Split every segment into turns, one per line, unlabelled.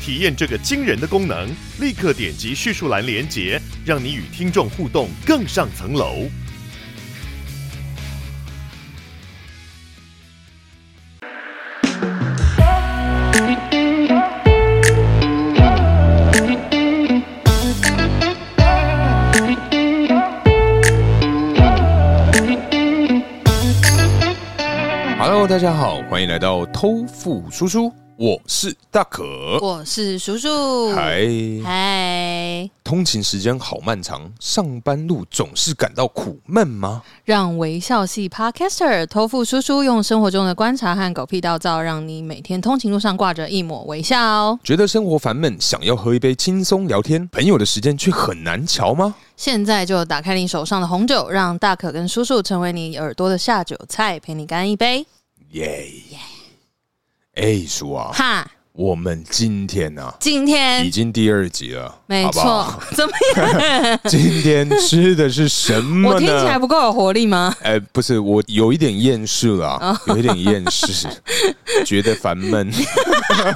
体验这个惊人的功能，立刻点击叙述栏连接，让你与听众互动更上层 楼。
Hello，大家好，欢迎来到偷富叔叔，我是大可。
我是叔叔。
嗨，
嗨，
通勤时间好漫长，上班路总是感到苦闷吗？
让微笑系 Podcaster 托付叔叔用生活中的观察和狗屁道造，让你每天通勤路上挂着一抹微笑。
觉得生活烦闷，想要喝一杯轻松聊天朋友的时间，却很难瞧吗？
现在就打开你手上的红酒，让大可跟叔叔成为你耳朵的下酒菜，陪你干一杯。
耶、哎、叔啊，
哈，
我们今天呢、啊，
今
已
天
经第二集了，
没
好不
错，
好
怎么 样？
今天吃的是什么呢？
我听起来不够有活力吗？
哎、不是，我有一点厌世了啊，有一点厌 世，觉得烦闷。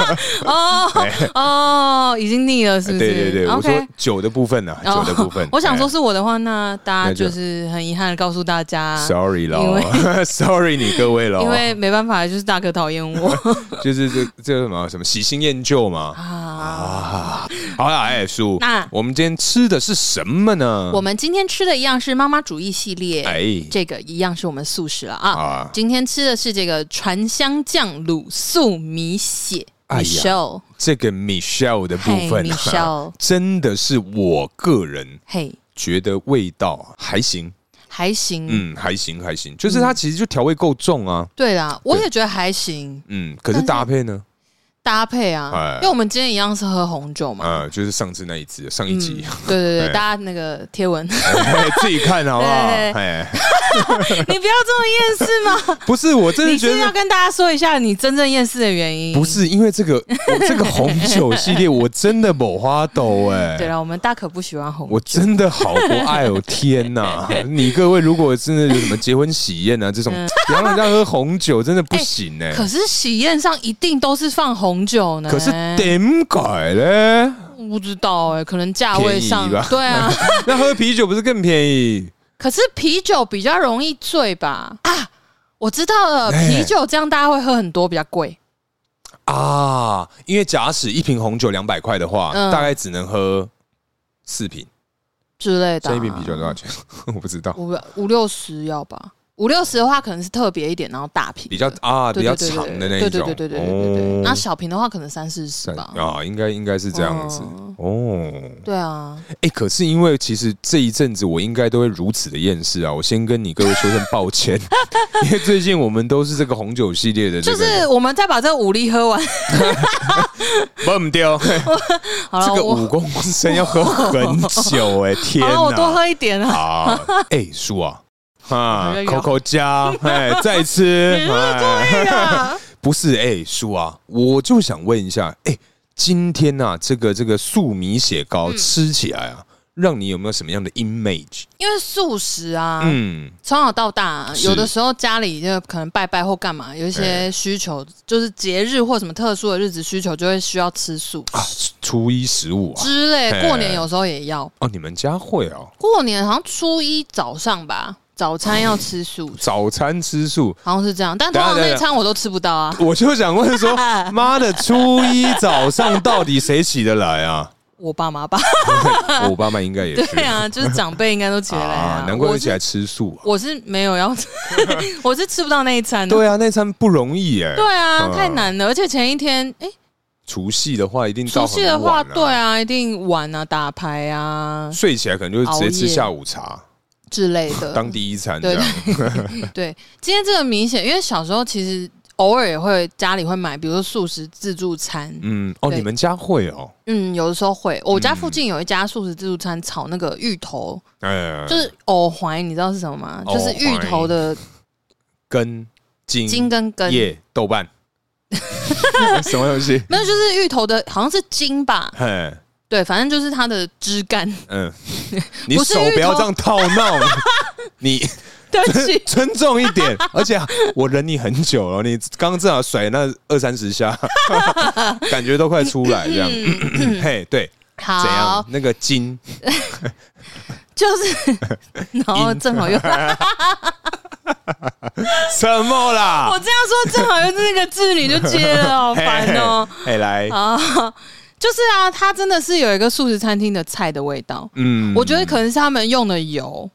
哦哦，已经腻了，是不是？
哎对对对，我
OK
说酒的部分呢、啊，酒的部分
哦，。我想说是我的话，那
那
大家
就
就是很遗憾的告诉大家
哎、，sorry
因
咯 ，sorry 你各位咯，
因为没办法，就是大哥讨 厌我
就是这这个什么什么喜新厌旧 嘛。
啊。
啊，好啦，哎、叔，
那
我们今天吃的是什么呢？
我们今天吃的一样是妈妈主义系列，
哎
这个一样是我们素食了啊。
啊
今天吃的是这个传香酱卤素米血。
哎呀
Michelle，
这个 Michelle 的部分、啊
嘿，Michelle
真的是我个人
嘿，
觉得味道还行，
还行。
嗯，还行还行，就是
嗯
它其实就调味够重啊，
对啦，我也觉得还行，
嗯，可是搭配呢，
搭配啊，
哎
因为我们今天一样是喝红酒嘛。
啊、就是上次那一次上一
嗯，
集
对。对对，
哎
大家那个 贴文，你
哎自己看好不好？
嗯 对对对
哎，
不要这么厌世 嘛！
不是，我真
你
的
是
觉
不是要
得
跟大家说一下你真正厌世的原因。
不，是因为这个，我这个红酒系列，我真的某花豆哎、
对了，我们大可不喜欢红酒
我真的好不爱哦！天 哪，你各位如果真的有什么结婚喜宴啊这
嗯
种，不要让人家喝红酒，真的不行哎、
可是喜宴上一定都是放红酒呢。
可是点改嘞，
不知道哎、可能价位上
便宜吧
对啊。
那喝啤酒不是更便宜？
可是啤酒比较容易醉吧？啊，我知道了，
哎
啤酒这样大家会喝很多，比较贵。
啊，因为假使一瓶红酒两百块的话，
嗯
大概只能喝四瓶。
之类的、
这
啊。
一瓶啤酒多少钱？ 我不知道，
五五六十要吧？五六十的话，可能是特别一点，然后大瓶的
比较啊，比
对
较
对对
长的那一
对
种。
对对对对对对对。啊
哦
那小瓶的话，可能三四十
在
吧。
啊，应该应该是这样子。
嗯
哦，
对啊，
哎、可是因为其实这一阵子我应该都会如此的厌世啊，我先跟你各位说声抱 歉，因为最近我们都是这个红酒系列的这
就
个，
是我们再把这五粒喝完。
不 掉，
好了，
这个
我
五公升要喝很久哎、天
好
哪！
了，哦我多喝一点 啊。
啊，哎、叔啊，啊
我要咬
口口加，哎、再 吃，哎
对啊，
不是哎、叔啊，我就想问一下，哎、今天呐、啊，这个这个素米血糕、
嗯
吃起来啊，让你有没有什么样的 image？、
因为素食啊，
嗯，
从小到大，
是哎
有的时候家里就可能拜拜或干嘛，有一些需求，就是节日或什么特殊的日子需求，就会需要吃素
啊，初一十五啊，
之类。
哎
过年有时候也要，
哦，你们家会哦，
过年好像初一早上吧，早餐要吃 素，
早餐吃素。
好像是这样。但通常
等一下
那餐我都吃不到啊，
我就想问 说，妈的，初一早上到底谁起得来 啊？
我爸妈吧，
我爸妈应该也 是
对啊，就是长辈应该都起 得来啊。
难怪
我
会起来
是
吃素啊。
我是 没有要，吃， 我是吃不到那一餐的。
对啊，那餐不容易耶。
对啊，
嗯
太难了，而且前一天哎。
除夕的话一定到
除
很
夕的话，
晚啊
对啊，一定玩啊、打牌啊
睡起来可能就直接
熬
吃
夜
下午茶
之类的。
当第一餐
对
这样。
对，今天这个明显，因为小时候其实。偶尔也会家里会买，比如说素食自助餐，
嗯，哦，
对
你们家会哦，
嗯，有的时候会。我家附近有一家素食自助餐炒那个芋头，
哎，
就是藕怀，你知道是什么吗？就是芋头的
根茎
茎跟
嗯
根，
叶豆瓣， 什么东西？
没有，就是芋头的，好像是茎吧？
嘿，
对，反正就是它的枝干。
嗯，你
不是
手
芋
不要
头
这样套闹， 你，
对不起
尊重一点。 而且啊我忍你很久了，你刚刚至少甩那二三十下， 感觉都快出来这样。 嘿，对，怎样
嗯好？，
那个筋，
就是，然后
音
正好又， 我
什么啦？
哦这样说正好又是那个字你就接了，好烦 哦、
嘿，嘿来，
啊！就是啊，它真的是有一个素食餐厅的菜的味道，
嗯
我觉得可能是他们用的油，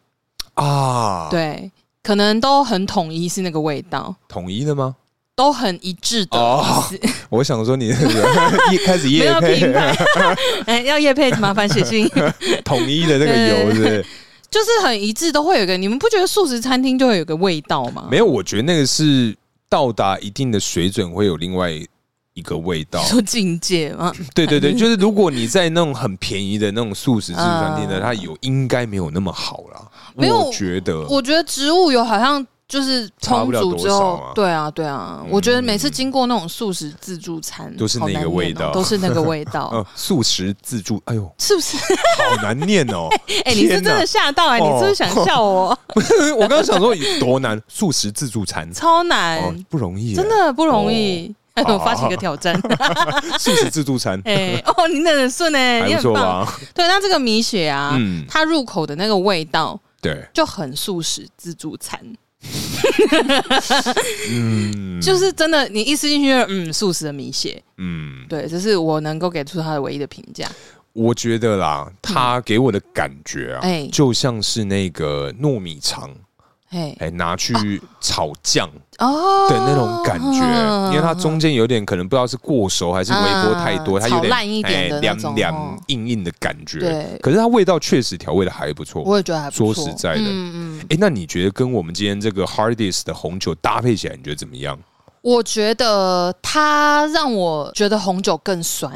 啊，，
对，可能都很统一，是那个味道，
统一的吗？
都很一致的
哦
意思。
我想说你 一开始
没
夜
有啊品
配
牌， 哎，要叶配麻烦写信，
统一的那个油是不是？
就是很一致，都会有一个。你们不觉得素食餐厅就会有个味道吗？
没有，我觉得那个是到达一定的水准会有另外一个味道
你。说境界吗？
对对对，就是如果你在那种很便宜的那种素食自助餐厅呢，
啊
它有应该没有那么好啦。
没有
我觉得
我觉得植物油好像就是
差不
烹
了
煮
多
之
少
后，
啊嗯
对啊，对啊，我觉得每次经过那种素食自助餐，
都是
好
那个
难念
味
哦
道
都是那个味
呃
道，，
素食自助，哎呦，
是不是？
好难念哦！
哎，你是真的
天哦
吓到哎，你是不是想 笑我？
哪 我刚刚想说有多难，素食自助餐
超
哦
难，
不容易耶，
哎真的不容易。哎，我发起
哦
一个挑战，
素食自助餐
哎，哦，你忍得顺哎，
还不
你很
错
棒。
吧？
对，那这个米血啊，
嗯，
它入口的那个味道
对，
就很素食自助餐，
嗯，
就是真的，你一吃进去就，嗯，素食的米血，
嗯，
对，这是我能够给出它的唯一的评价。
我觉得啦，它给我的感觉啊，
哎
就像是那个糯米肠，
哎，
哎，拿去炒酱
哦
的那种感觉，
啊
因为它中间有点可能不知道是过熟还是微波太多，
嗯
它有点
炒烂一点的
哎
那
凉
种
凉
哦
硬硬的感觉。
对，
可是它味道确实调味的还不错。
我也觉得还不错。
说实在的
嗯嗯，
哎，那你觉得跟我们今天这个 Hardest 的红酒搭配起来，你觉得怎么样？
我觉得它让我觉得红酒更酸，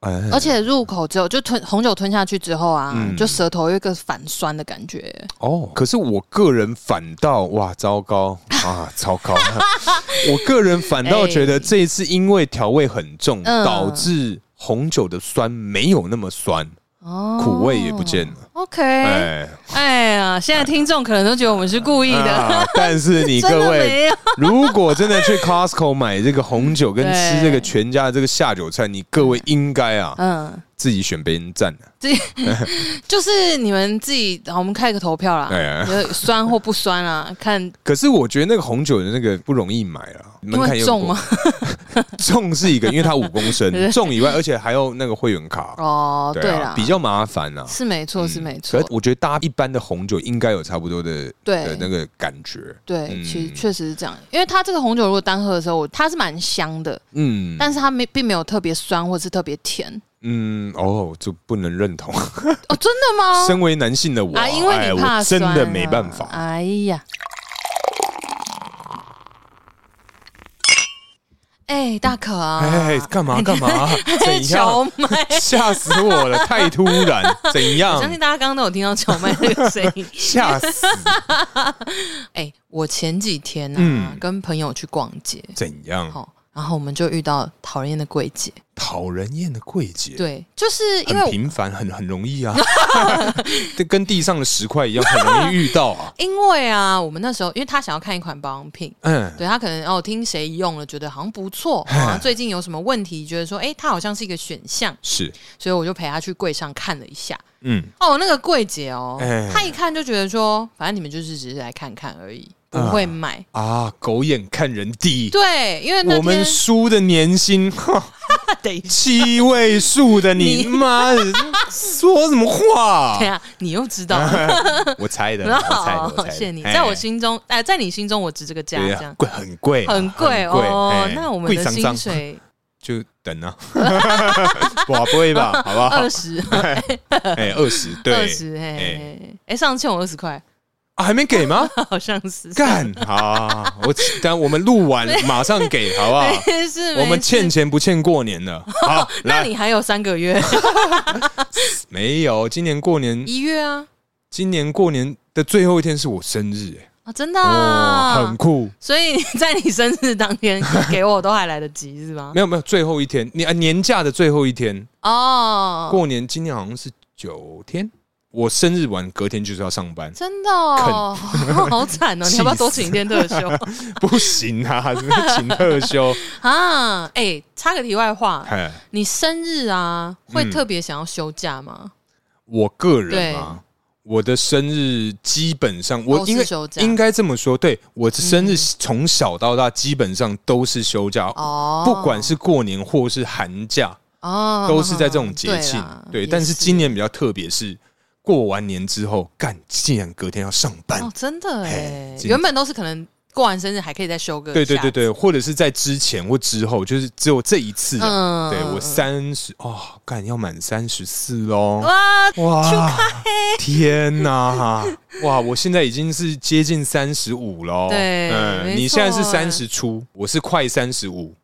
哎
而且入口之后就吞红酒吞下去之后啊，
嗯
就舌头有一个反酸的感觉。
哦，可是我个人反倒哇，糟糕啊，糟糕！ 我个人反倒觉得这一次因为调味很重，
嗯
导致红酒的酸没有那么酸，
哦，
苦味也不见了。
OK，
哎，
哎呀，现在听众可能都觉得我们是故意的，
啊但是你
真
各
的
位，
没有。
如果真的去 Costco 买这个红酒跟吃
对
这个全家的这个下酒菜，你各位应该啊
嗯，
自己选边站。啊
就是你们自己，好我们开个投票啦，
哎
有酸或不酸啊， 看
可是我觉得那个红酒的那个不容易买啊，门
因
槛
为
有点
重
高
吗？？
重是一个，因为它五公 升，
对
重以外，而且还有那个会员卡，
哦，对
啊
啦，，
比较麻烦啊。
是没错，是
可
没错
是，我觉得搭一般的红酒应该有差不多的
对
的那个感觉，
对，
嗯
其实确实是这样，因为它这个红酒如果单喝的时候，我它是蛮香的，
嗯，
但是它没并没有特别酸或是特别甜。
嗯哦，就不能认同。
哦，真的 吗？
身为男性的我，
啊，因为
哎
你怕
我真
酸、啊
的没办法。
哎呀，哎、大可啊，
哎，干 嘛干嘛？怎
荞
样？
哎麦。
吓死我了！太突 然，怎
我
样
相？信大家刚刚都有听到荞麦这个声 音。
吓死！
哎、我前几天啊，
嗯
跟朋友去逛街，
怎样？
好、然后我们就遇到讨厌的柜姐。
讨人厌的柜姐，
对，就是因为
很
我
平凡，很很容易啊， 这跟地上的石块一样，很容易遇到啊。
因为啊，我们那时候因为他想要看一款保养品，
嗯，哎
对他可能哦听谁用了，觉得好像不错，啊，最近有什么问题，觉得说哎、它好像是一个选项，
是，
所以我就陪他去柜上看了一下。
嗯，
哦，那个柜姐哦，
哎
她一看就觉得说，反正你们就是只是来看看而已，不
啊
会买。
啊，狗眼看人低，
对，因为那
我们
天
输的年薪 哼
等一下，
七位数的你，妈的，说什么话
等一？下你又 知道，
我猜的，我猜的，
好
我猜的
哦谢谢你，
哎
在我心中，哎，在你心中我值这个价，
对
这
啊
样，
贵很贵啊，
很贵哦
哎。
那我们
贵
的
脏脏
薪水
就等啊， 哇，不会吧？好不好？
二十，
哎，二十，对，
二十，哎哎，哎上次欠我二十块，
啊，还没给吗？
好像是
干好我但我们录完马上给，好不 好？
没事，
我们
哎没事
欠钱不欠过年的，好，
哦那
来
你还有三个月，
没有？今年过年，
一月啊
今年过年的最后一天是我生日，哎
啊，真的
哦，
啊
很，酷。
所以在你生日当天给我都还来得及是吗？
没有没有，最后一天，你啊年假的最后一天，
哦，，
过年今年好像是九天，我生日完隔天就是要上班
真的哦，好惨哦，你要不要多请一天特 休
不行啊，是不是请特 休。
啊？哎，插个题外话，
哎，
你生日啊会
嗯
特别想要休假吗？
我个人啊，我的生日基本上
都
我
是
应该
休假嗯
应该这么说，对我的生日从小到大基本上都是休假，
哦，
不管是过年或是寒假，
哦，
都是在这种节庆
嗯啦。
对，
也
但是今年比较特别，是过完年之后，干竟然隔天要上班
哦，，真的哎
嘿，今
原本都是可能过完生日还可以再休个
对对
假
对，对，或者是在之前或之后，就是只有这一次啊。
嗯
对我三十哦，干要满三十四喽！
哇，
哇，天哪！哇，我现在已经是接近三十五喽。
对没
你现在是
错
三十出，我是快三十五。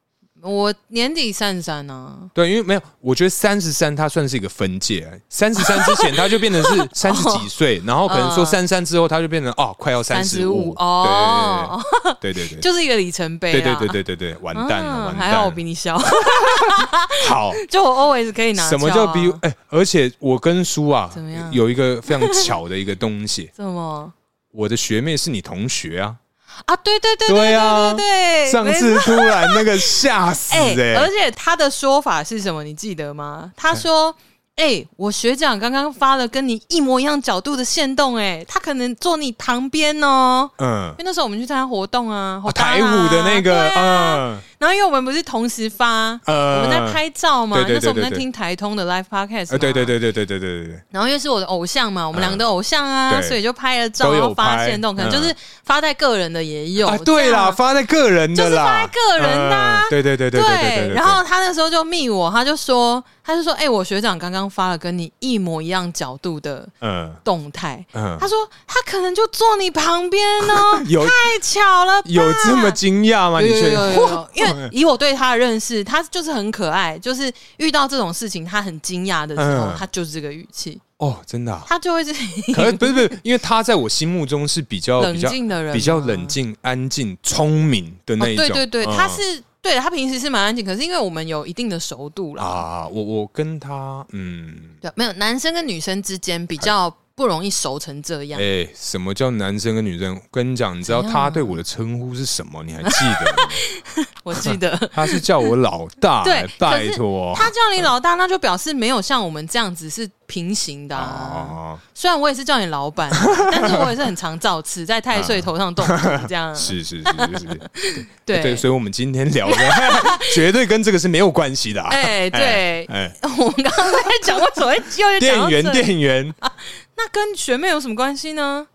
我年底三十三啊呢，
对，因为没有，我觉得三十三它算是一个分界。三十三之前，它就变成是三十几岁，然后可能说
嗯
三十三之后，它就变成哦，快要三十
35
五。
哦，
对对对对对
就是一个里程碑
对
啦。
对对对对对，完蛋了，
啊
完
还好我
蛋
比
了！
你小，
好，
就我 always 可以拿翘啊。
什么叫比？哎、而且我跟叔啊
怎么样，，
有一个非常巧的一个东西
什么
我的学妹是你同学啊。
啊？对 对对
对啊
对对，对
上
没
次突然那个吓死
哎、
哎、
而且他的说法是什么？你记得吗？他说：“哎、我学长刚刚发了跟你一模一样角度的线动、哎，他可能坐你旁边哦。”
嗯
因，为那时候我们去参加活动啊，
啊
好大啊
台虎的那个，
对啊
嗯
然后因为我们不是同时发，
呃
我们在拍照嘛，
对对对
那时候我们在
对对
听台通的 live podcast，嘛
呃，对对。对对对对对对对，
然后因为是我的偶像嘛，我们两个都偶像啊，
嗯对
所以就拍了照，
都有
然后发
拍
线动，可能
嗯
就是发在个人的也有。
啊，对
这
啦，
样
发在个人的
就是发
啦，
在个人的啊
嗯对对对对对对对对，
然后他那时候就密我，他就说，他就说，哎、我学长刚刚发了跟你一模一样角度的
嗯
动态，
嗯
他，说他可能就坐你旁边呢、
有
太巧了吧，
有这么惊讶吗？
有
你
有
觉
有
得
有有有，因为以我对他的认识，他就是很可爱，就是遇到这种事情，他很惊讶的时候，
嗯
他就是这个语气，
哦，真的 啊、
他就会是
可是不是不是，因为他在我心目中是比较
冷
比较
静的人吗
比较冷静、安静、聪明的
哦
那一种。
对对对，
嗯
他是对他平时是蛮安静，可是因为我们有一定的熟度啦，
啊，我我跟他嗯，
对，没有男生跟女生之间比较不容易熟成这样。
哎，什么叫男生跟女生？跟你讲，你知道
怎样啊
他对我的称呼是什么？你还记得吗？
我 记得
他是叫我老大，
对
哎拜
可是
托。
他叫你老大，那就表示没有像我们这样子是平行的、啊。
哦，
虽然我也是叫你老板， 但是我也是很常造次，在太岁头上动土这样。啊
是是是是是，
对
对，所以我们今天聊 的绝对跟这个是没有关系的啊。
哎对
哎，哎
我们刚刚在讲，为什么会又
店
讲到这啊
员店员，
那跟学妹有什么关系呢？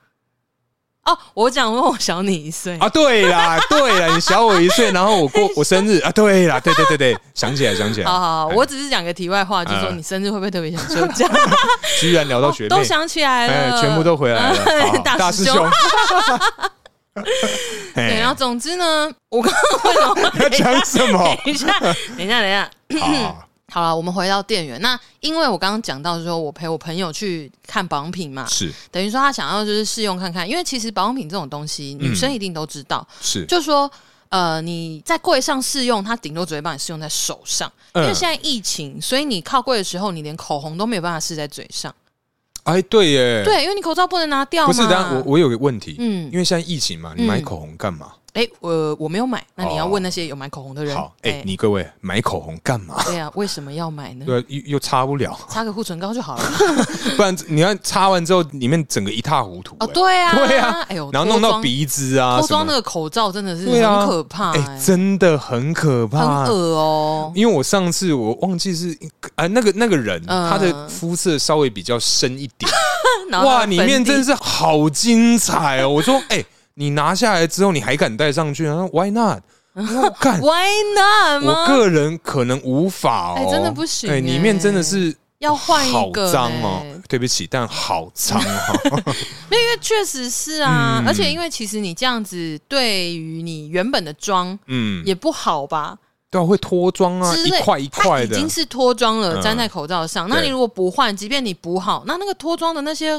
哦，我讲问我小你一岁，
啊，对啦，对啦，你小我一岁，然后我 过我生日啊，对啦，对对对对，想起来想起来，
好好好，
哎
我只是讲个题外话，就说
嗯
你生日会不会特别想休假？
居然聊到 学妹，
哦都想起来
哎，
了，
全部都回 来了，好好
大
大
师
师
兄
兄，
对。然后
哎，
总之呢，我刚刚为什么会
讲什 么？
等一下，
哎
等一下，等一下。
好
好了，我们回到店员。那因为我刚刚讲到说，我陪我朋友去看保养品嘛，
是
等于说他想要就是试用看看，因为其实保养品这种东西，女生一定都知道，
是，
就说。呃，你在柜上试用，它顶多只会帮你试用在手上，因为
嗯
现在疫情，所以你靠柜的时候，你连口红都没有办法试在嘴上。
哎，对耶，
对，因为你口罩不能拿掉嘛。
不是，但我我有个问题，
嗯
因为现在疫情嘛，你
嗯
买口红干嘛？
哎、我我没有买，那你要
哦
问那些有买口红的人。
好，哎，你各位买口红干嘛？
对啊，为什么要买呢？
对，又又擦不了，
擦个护唇膏就好了。
不然你看擦完之后，里面整个一塌糊涂。
哦，
哎
对啊，
对啊
哎呦，
然后弄到鼻子啊
脱
什
妆那
么，
个口罩真的是
对啊
很可怕、欸，
哎，真的啊很可
很
怕。
恶哦、
因为我上次我忘记是啊，那个那个人
嗯
他的肤色稍微比较深一点，
然 后
哇，
它的
里
粉
面
底
真是好精彩哦！我说， 哎，你拿下来之后，你还敢戴上去？他说，Why not？我说干，
Why not
我
吗？
个人可能无法哦，
哎真的不行
哎，
哎
里面真的是
要换
好
一个、欸，
脏哦，对不起，但好脏 哦。
没有，因为确实是啊，
嗯
而且因为其实你这样子对于你原本的妆
嗯，
也不好吧，
对啊，会脱妆啊，
之
一
类，
块一块的
它已，经是脱妆了，
嗯
粘在口罩上。那
对
你如果不换，即便你补好，那那个脱妆的那些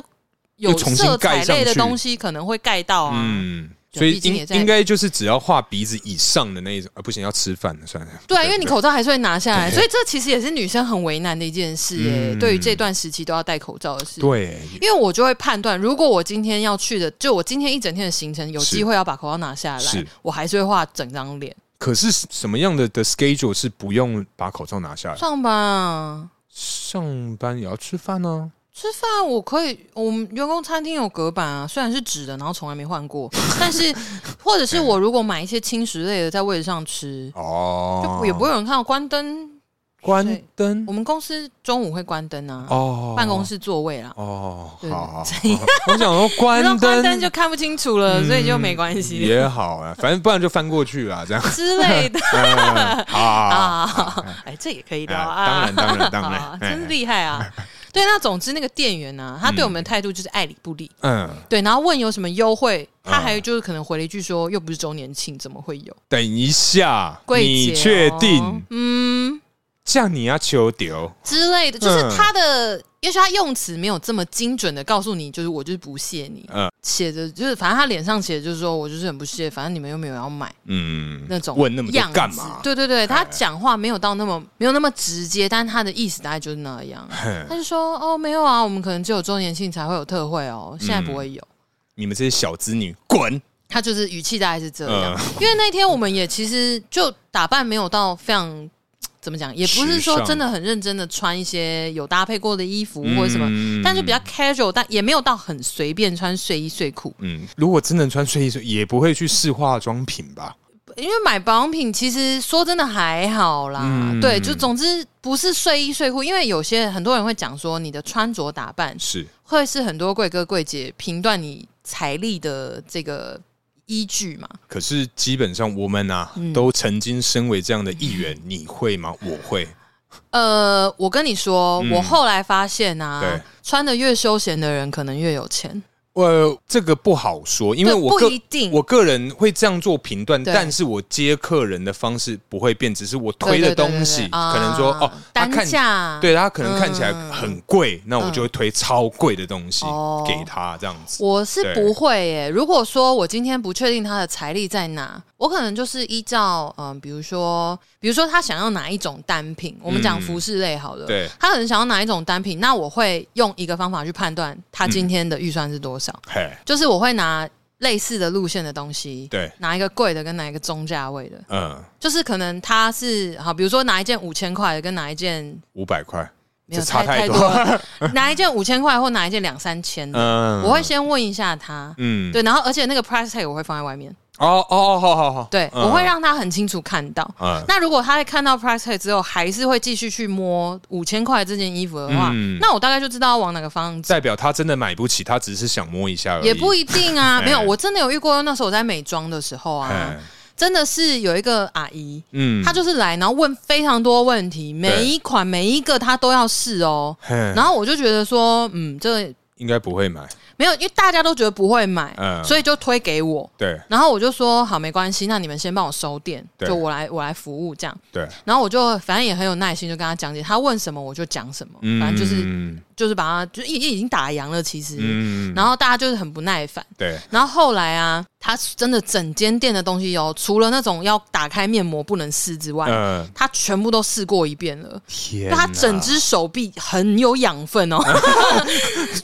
有
又重新
色彩
盖上
类的
去
东西可能会盖到啊。
嗯，
对
所以
毕竟
应
也在
应该就是只要画鼻子以上的那一种，啊，不行，要吃饭了，算了。
对啊，因为你口罩还是会拿下来，
对
所以这其实也是女生很为难的一件事诶、
嗯
对于这段时期都要戴口罩的事，
对，
因为我就会判断，如果我今天要去的，就我今天一整天的行程，有
是
机会要把口罩拿下来
是，
我还是会画整张脸，
可是什么样的的 schedule 是不用把口罩拿下来？
上吧。
上班也要吃饭呢、
吃饭我可以，我们员工餐厅有隔板啊，虽然是纸的，然后从来没换 过，但是或者是我如果买一些轻食类的在位置上吃，
哦
就，也不会有人看到关灯。
关灯
我们公司中午会关灯啊，
哦，
办公室座位啦，
哦，好
对
好好， 我想说
你知道
关
关灯
灯
就看不清楚了，所以就没关系
也好啊，反正不然就翻过去啊啦，这样
之类的
嗯好 好好
啊。 哎，这也可以的啊，
哎当然当然当然
啊
哎
真厉 害啊！对，那总之那个店员呢，他对我们的态度就是爱理不理。
嗯，
对，然后问有什么优惠，他
啊
还就是可能回了一句说，又不是周年庆，怎么会有？
等一下，
柜姐、哦
你确定？？
嗯，
这样你要求丢
之类的，就是
嗯
他的，也许他用词没有这么精准的告诉你，就是我就是不屑你
嗯，
写着就是反正他脸上写的就是说我就是很不屑，反正你们又没有要买
嗯
那种
问那么多
样子
干嘛？哎
对对对，他讲话没有到那么没有那么直接，但是他的意思大概就是那样。
哼
他就说哦没有啊，我们可能只有周年庆才会有特惠哦，
嗯
现在不会有。
你们这些小子女滚！
他就是语气大概是这样。
嗯
因为那天我们也其实就打扮没有到非常怎么讲，也不是
时
说
尚
真的很认真的穿一些有搭配过的衣服或者什么，
嗯
但是比较 casual，但也没有到很随便穿睡衣睡裤。
嗯，如果真的穿睡衣睡，也不会去试化妆品吧？
因为买保养品其实说真的还好啦，
嗯
对，就总之不是睡衣睡裤，因为有些很多人会讲说你的穿着打扮
是，
会是很多贵哥贵姐评断你财力的这个依据嘛。
可是基本上我们啊，
嗯
都曾经身为这样的一员，你会吗？我会，
呃，我跟你说，
嗯
我后来发现啊
对，
穿的越休闲的人可能越有钱，
呃，这个不好说，因为
对
我
不
个
一定
我个人会这样做评断，
对
但是我接客人的方式不会变，只是我推的
对对对对
东西
对啊
可能说哦，他
单
看
价，
对他可能看起来
嗯
很贵，那我
嗯
就会推超贵的东西
哦
给他，这样子。
我是
对
不会耶、如果说我今天不确定他的财力在哪，我可能就是依照嗯、比如说，比如说他想要哪一种单品，我们讲
嗯
服饰类好了，
对
他可能想要哪一种单品，那我会用一个方法去判断他
嗯
今天的预算是多少，
嘿，
就是我会拿类似的路线的东西，
对，
拿一个贵的跟拿一个中价位的，
嗯，
就是可能他是好，比如说拿一件五千块的跟拿一件
五百块，
没有
这差
太
太多
了， 拿一件五千块或拿一件两三千的，
嗯，
我会，先问一下他，
嗯，
对，然后而且那个 price tag 我会放在外面，
哦，哦哦，好好好，
对、
嗯
我会，让他很清楚看到。
嗯，
那如果他在看到 price tag 之后，还是会继续去摸五千块这件衣服的话，
嗯
那我大概就知道要往哪个方向走。
代表他真的买不起，他只是想摸一下而已，
也不一定啊，
哎
没有，我真的有遇过。那时候我在美妆的时候啊
嘿，，
真的是有一个阿姨，
嗯
她就是来，然后问非常多问题，每一款每一个她都要试哦。
然
然后我就觉得说，嗯，这
应该不会买，
没有，因为大家都觉得不会买，
嗯
所以就推给我。
对
然后我就说好，没关系，那你们先帮我收店，
对
就我来我来服务这样。
对，
然后我就反正也很有耐心，就跟他讲解，他问什么我就讲什么，反正就是
嗯
就是把他就已已经打烊了，其实。
嗯
然后大家就是很不耐烦。
对，
然后后来啊，他真的整间店的东西哦，除了那种要打开面膜不能试之外，
嗯，
他全部都试过一遍了。
天
就
哪，
他整只手臂很有养分哦，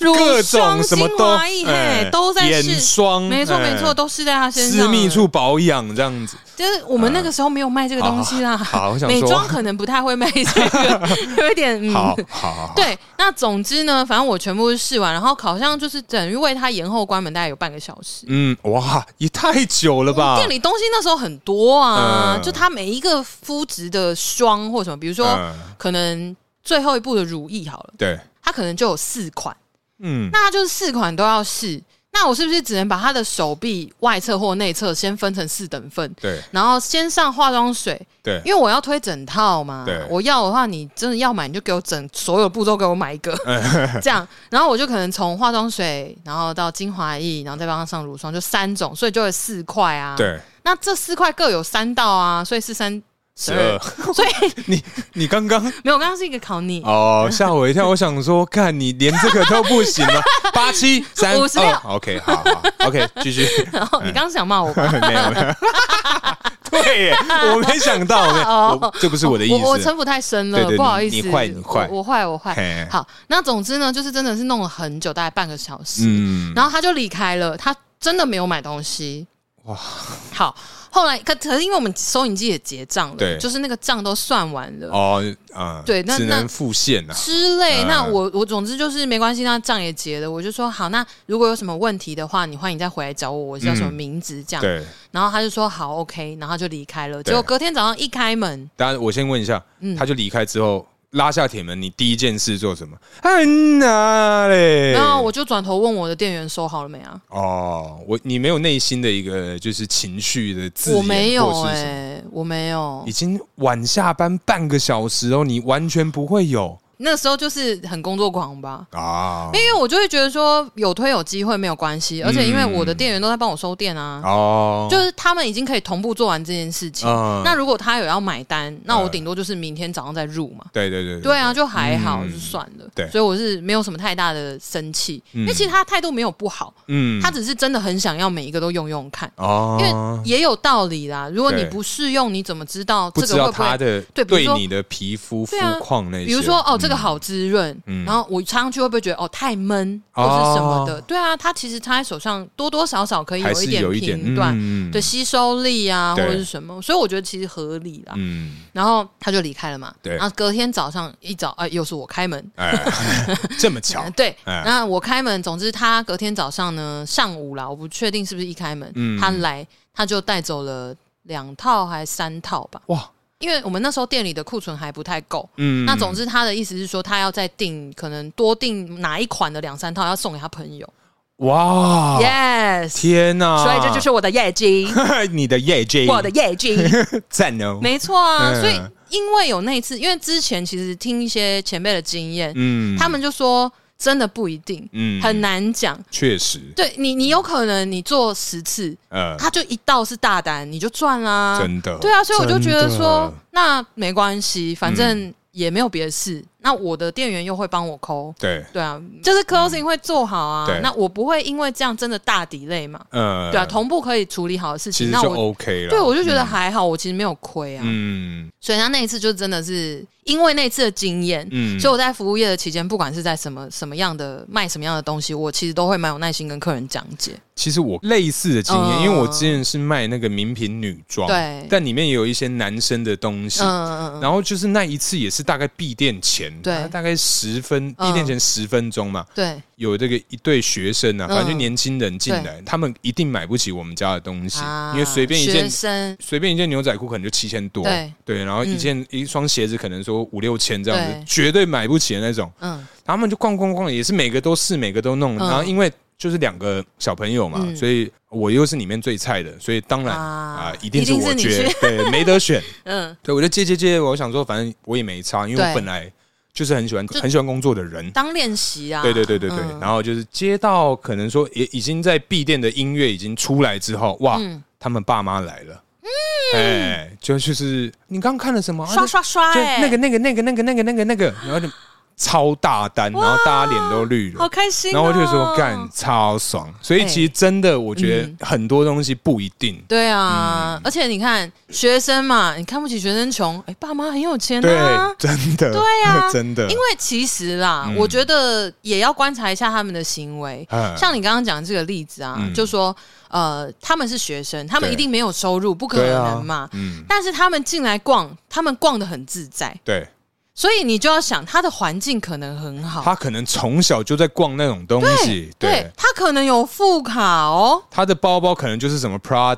乳
各
霜
种什么
精
都
华液嘿
哎
都在
眼
试。
霜，
没错，
哎
没错，都是在他身上。
私密处保养这样子，
就是我们那个时候没有卖这个东西啦，
啊好好好我想
美
说
妆可能不太会卖这 个，有一点嗯。
好好好，好，
对，那总之呢，反正我全部试完，然后好像就是等于为他延后关门大概有半个小时。
嗯，哇，也太久了吧？
嗯店里东西那时候很多啊，
嗯
就它每一个肤质的霜或什么，比如说、
嗯
可能最后一步的乳液好了，
对，
它可能就有四款，
嗯，
那它就是四款都要试。那我是不是只能把他的手臂外侧或内侧先分成四等份？
对
然后先上化妆水，
对
因为我要推整套嘛
对。
我要的话，你真的要买，你就给我整所有步骤给我买 一个，这样。然后我就可能从化妆水，然后到精华液，然后再帮他上乳霜，就三种，所以就会四块啊。，
对，
那这四块各有三道啊，所以是三
十二。
所以
呃 你你刚刚
没有，我刚刚是一个考你。
哦吓我一跳，我想说，看你连这个都不行 了，八七三
56
二，OK，好好，OK，继续。
然
哎
后你刚刚想骂我吧？
没有没有， 对耶，我没想到，我没
哦
我这不是我的意
我我
思
城。府太深了，
对对你
不好意思，
你坏你坏
我我坏我
嘿
坏。好，那总之呢，就是真的是弄了很久，大概半个小时，
嗯，
然后他就离开了，他真的没有买东西。
哇
哇，好，后来可可是因为我们收银机也结账了，
对
就是那个账都算完了。
哦啊，
对那
只
那
能复现啊。
之类，
嗯
那我我总之就是没关系，那账也结了，我就说好，那如果有什么问题的话，你欢迎再回来找我，我叫什么
嗯
名字这样。
对，
然后他就说好，OK，然后他就离开了。
对
结果隔天早上一开门，
当然我先问一下，
嗯
他就离开之后拉下铁门，你第一件事做什么？嗯哪嘞？
然后我就转头问我的店员收好了没啊？
哦，我你没有内心的一个就是情绪的字眼，
我没有
或
哎、
是什么
我没有
已。经晚下班半个小时哦，你完全不会有
那时候就是很工作狂吧，
啊
因为我就会觉得说有推有机会没有关系，而且因为我的店员都在帮我收店啊。
嗯哦，
就是他们已经可以同步做完这件事情，
嗯
那如果他有要买单，那我
嗯
顶多就是明天早上再入嘛。
对对对
对啊，就还好，
嗯
就算了。
对
所以我是没有什么太大的生气，
嗯
因为其实他态度没有不好，
嗯
他只是真的很想要每一个都用用看，因
哦
为，也有道理啦。如果你
对
不试用，你怎么知道
不
这
知
个
道
会不
他
会？
的
对比如
对
说
你的皮肤肤
对啊
况那些，
比如说哦，这个好滋润，
嗯
然后我擦上去会不会觉得哦太闷，或是什么的？
哦
对啊，它其实擦在手上多多少少可以
还
有
是
一点
有一点
评断
嗯
的吸收力啊，或
对
者是什么，所以我觉得其实合理啦。
嗯，
然后他就离开了嘛，
对
然后隔天早上一早，哎，又是我开门，
哎，这么巧
嗯，对，
哎
那我开门，总之他隔天早上呢，上午啦，我不确定是不是一开门，
嗯
他来他就带走了两套还三套吧，
哇，
因为我们那时候店里的库存还不太够。
嗯
那总之，他的意思是说，他要再订，可能多订哪一款的两三套，要送给他朋友。
哇，
yes，
哦天哪，
所以这就是我的业绩，
是你的业绩，
我的 业绩，
赞哦，
没错啊。
嗯
所以因为有那一次，因为之前其实听一些前辈的经验，
嗯
他们就说真的不一定，
嗯
很难讲。
确实，
对你，你有可能你做十次，
呃，
他就一道是大单，你就赚啦、
真的，
对啊，所以我就觉得说
真的，嗯
那没关系，反正也没有别的事。那我的店员又会帮我抠，
对，
对啊，就是 closing 会做好
嗯
啊
对。
那我不会因为这样真的大底累嘛？
呃，
对啊，同步可以处理好的事
其
情，
实
那
就
我
OK 了，
对我就觉得还好，我其实没有亏啊。
嗯
所以他那一次就真的是因为那一次的经验，
嗯，
所以我在服务业的期间，不管是在什么什么样的卖什么样的东西，我其实都会蛮有耐心跟客人讲解。
其实我类似的经验，
嗯
因为我之前是卖那个名品女装，
对
但里面也有一些男生的东西。
嗯嗯嗯，
然后就是那一次也是大概闭店前，
对
大概大概十分
嗯
闭店前十分钟嘛，
对，
有这个一对学生啊，
嗯
反正就年轻人进来，他们一定买不起我们家的东西，
啊
因为随便一件
学生，
随便一件牛仔裤可能就七千多，
对嗯
然后一件、一双鞋子可能说五六千这样子
对，
绝对买不起的那种。
嗯
他们就逛逛逛，也是每个都试，每个都弄。
嗯
然后因为就是两个小朋友嘛，
嗯
所以我又是里面最菜的，所以当然啊、
啊
一定是我
一定是
缺
你，
对，没得选。
嗯，
对，我就接接接，我想说，反正我也没差，因为我
对
本来就是很喜欢
就
很喜欢工作的人。
当练习啊，
对对对对对，
嗯
然后就是接到可能说也已经在闭店的音乐已经出来之后，哇，
嗯
他们爸妈来了，哎、就就是你刚看了什么？啊
刷刷刷、
就
欸，
那个那个那个那个那个那个那个，然后就超大单，然后大家脸都绿了
好。开心、哦
然后我就说干，超爽，所以其实真的，我觉
嗯
得很多东西不一定。
对
嗯
啊，而且你看学生嘛，你看不起学生穷，哎、爸妈很有钱
对
啊，。
真的，
对啊
真的，
因为其实啦，
嗯
我觉得也要观察一下他们的行为。
嗯
像你刚刚讲的这个例子啊，
嗯
就说呃，他们是学生，他们
对
一定没有收入，不可
对啊
能嘛。
嗯，
但是他们进来逛，他们逛的很自在，
对
所以你就要想他的环境可能很好，
他可能从小就在逛那种东西，对
他可能有副卡哦，
他的包包可能就是什么 Prada，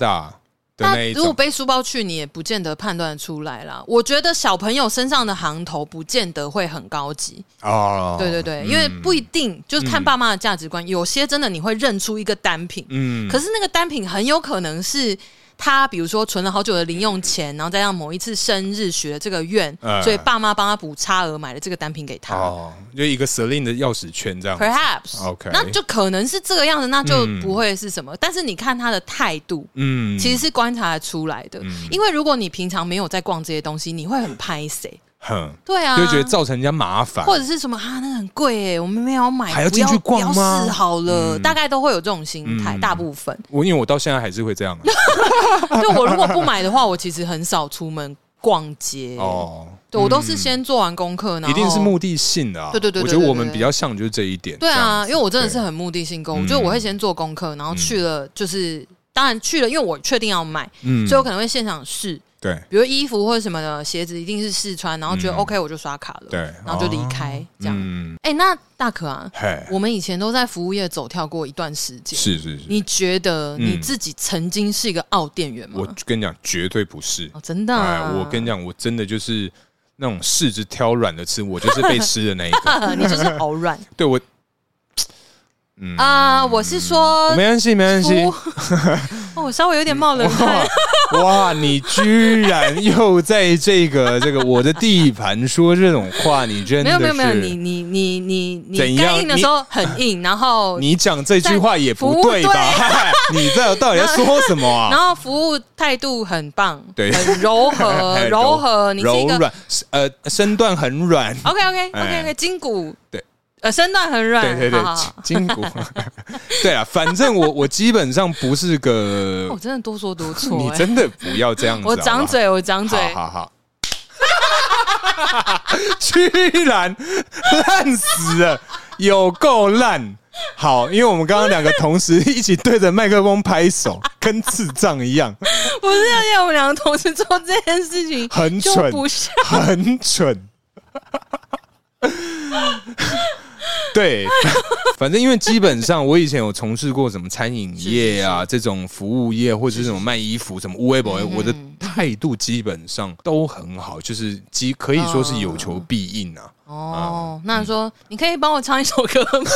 的那一
如果
种。
背书包去，你也不见得判断得出来啦。我觉得小朋友身上的行头不见得会很高级，
哦，
对对对，因为不一定就是看爸妈的价值观，有些真的你会认出一个单品，
嗯，
可是那个单品很有可能是他，比如说存了好久的零用钱，然后再让某一次生日许了这个愿，
嗯
所以爸妈帮他补差额买了这个单品给他。
哦，就一个 Celine 的钥匙圈这样。
Perhaps
OK
那就可能是这个样子，那就
嗯
不会是什么。但是你看他的态度，
嗯，
其实是观察得出来的。因为如果你平常没有在逛这些东西，你会很拍谁？
哼，
对啊，
就会觉得造成人家麻烦，
或者是什么啊，那个很贵耶，我们没有买，
还要进去
不
逛
要
吗
不要试好了，大概都会有这种心态，
嗯
大部分。
我因为我到现在还是会这 样啊。
就我如果不买的话，我其实很少出门逛街。
哦，
哦，对我都是先做完功课，然后
一定是目的性的啊。
对对对对
我觉得我们
对对对
比较像就是这一点。
对啊，
这样子
因为我真的是很目的性购物，
嗯
就是我会先做功课，然后去了就是。当然去了，因为我确定要买，
嗯
所以我可能会现场试，
对
比如衣服或者什么的鞋子，一定是试穿，然后觉得
嗯
OK，我就刷卡了，
对，
然后就离
哦
开这样。
嗯，
哎、那大可啊，
嘿，
我们以前都在服务业走跳过一段时间，
是是是，
你觉得你
嗯
自己曾经是一个傲店员吗
我？跟你讲，绝对不是。
哦，真的、
哎
啊，，
我跟你讲，我真的就是那种柿子挑软的吃，我就是被吃的那一 个。
你就是 好软
对我，
啊！我是说，
没关系，嗯没关系。 嗯
哦，我稍微有点冒冷汗。
哇，你居然又在这个这个我的地盘说这种话，你真
没
的
有
是
没有没有，你你你你
怎
你
样
该硬的时候很 硬，然后
你讲这句话也不对吧？ 你这到底在说什么
然
啊？
后服务态度很棒，
对
很柔和
哎
柔和，你是一
柔
个
软，呃，身段很软，
OK OK OK
哎
OK 筋骨
对。
呃，身段很软，
对对对
好哦好好，
筋骨。 对啊，反正我我基本上不是个
我、，真的多说多错、
你
哎
真的不要这样子。
我
好
长
不好
嘴，我长嘴，
好好好。 居然烂死了，有够烂！好，因为我们刚刚两个同时一起对着麦克风拍手，跟智障一样，
不是，而且我们两个同时做这件事情，
很
就
蠢
不像。
很蠢。对，反正因为基本上我以前有从事过什么餐饮业啊，这种服务业或者是什么卖衣服
嗯
什么无微不微，我的态度基本上都很好，就是基可以说是有求必应 啊。
哦，那你说你可以帮我唱一首歌吗？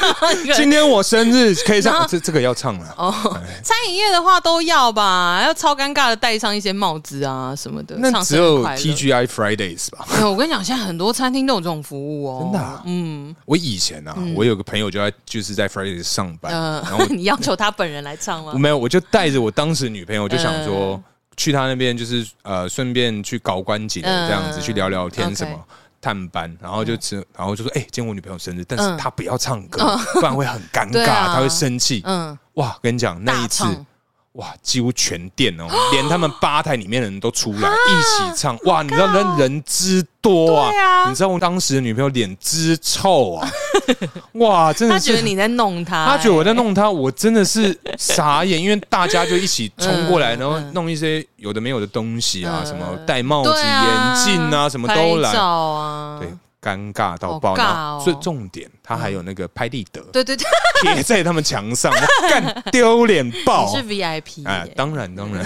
然后一个人
今天我生日可以
然后
唱，这这个要唱啊了。
哦， 餐饮业的话都要吧，要超尴尬的戴上一些帽子啊什么的。
那
唱
只
生日
有
快乐
TGI Fridays 吧？
没有 我跟你讲，现在很多餐厅都有这种服务哦。
真的啊
嗯，
我以前啊，我有个朋友就在就是在 Fridays 上班，
呃
然后，我
你要求他本人来唱吗
我？没有，我就带着我当时女朋友，就想
嗯
说、去她那边，就是呃，顺便去搞关节
嗯
这样子，去聊聊天
OK
什么。探班，然后就吃，然后就说：“哎、今天我女朋友生日，但是
嗯
她不要唱歌，不然会很尴
对
尬，
啊
她会生气。
嗯，
哇，跟你讲，那一次
大唱，
哇，几乎全店 哦，连他们吧台里面的人都出
啊
来一起唱。哇，你知道人人之多啊
，Oh 对，啊
你知道我当时的女朋友脸之臭 啊，哇，真
他
的是
觉得你在弄他、
他觉得我在
欸。
弄他，我真的是 傻眼，因为大家就一起冲过来，
嗯
然后弄一些有的没有的东西啊，
嗯
什么戴帽子、
对啊，
眼镜啊，什么都
拍照
来，
啊，
对，尴尬到爆。
好尬哦嗯
然后最重点，他还有那个拍立得
对对对，
贴在他们墙上， 我干丢脸
你
爆
是！VIP 耶、
哦哎，当然 当然，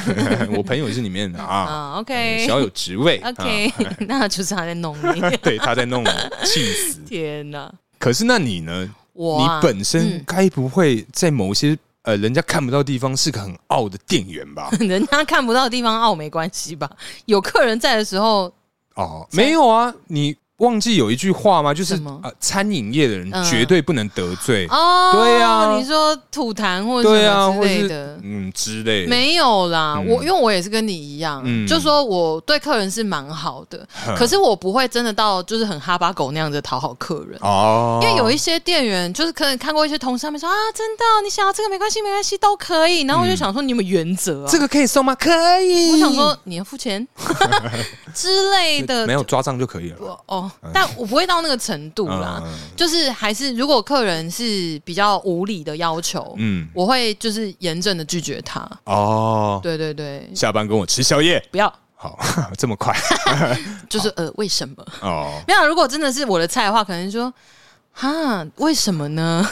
我朋友是里面的啊，
啊，OK
小有职位啊
OK，、那 就是他在弄你。
对，他在弄我，气死。
天哪，
可是那你呢？
我、
你
啊、
本身
嗯
该不会在某些呃人家看不到地方是个很傲的店员 吧？
嗯人家看不到的地方哦傲没关系吧？有客人在的时候，
哦，没有啊，你忘记有一句话吗？就是
什么
呃，餐饮业的人
嗯
绝对不能得罪，
哦，
对啊
你说吐痰或者
对啊，
什么
或
之类
是
的。
嗯之类的，
没有啦，
嗯
我因为我也是跟你一样，
嗯
就说我对客人是蛮好的，
哼
可是我不会真的到就是很哈巴狗那样子讨好客人。
哦，
因为有一些店员，就是可能看过一些同事，他们说啊，真的哦、你想要这个没关系，没关系，都可以。然后我就想说，你有没有原则啊？
这个可以送吗？可以，
我想说你要 付钱之类的，
没有抓账就可以了。
我哦，但我不会到那个程度啦。
嗯
就是还是，如果客人是比较无理的要求，
嗯
我会就是严正的拒绝他。
哦，
对对对，
下班跟我吃宵夜，
不要，
好， 这 么快
就是呃，为什么？
哦，
没有，如果真的是我的菜的话，可能说哈，为什么呢？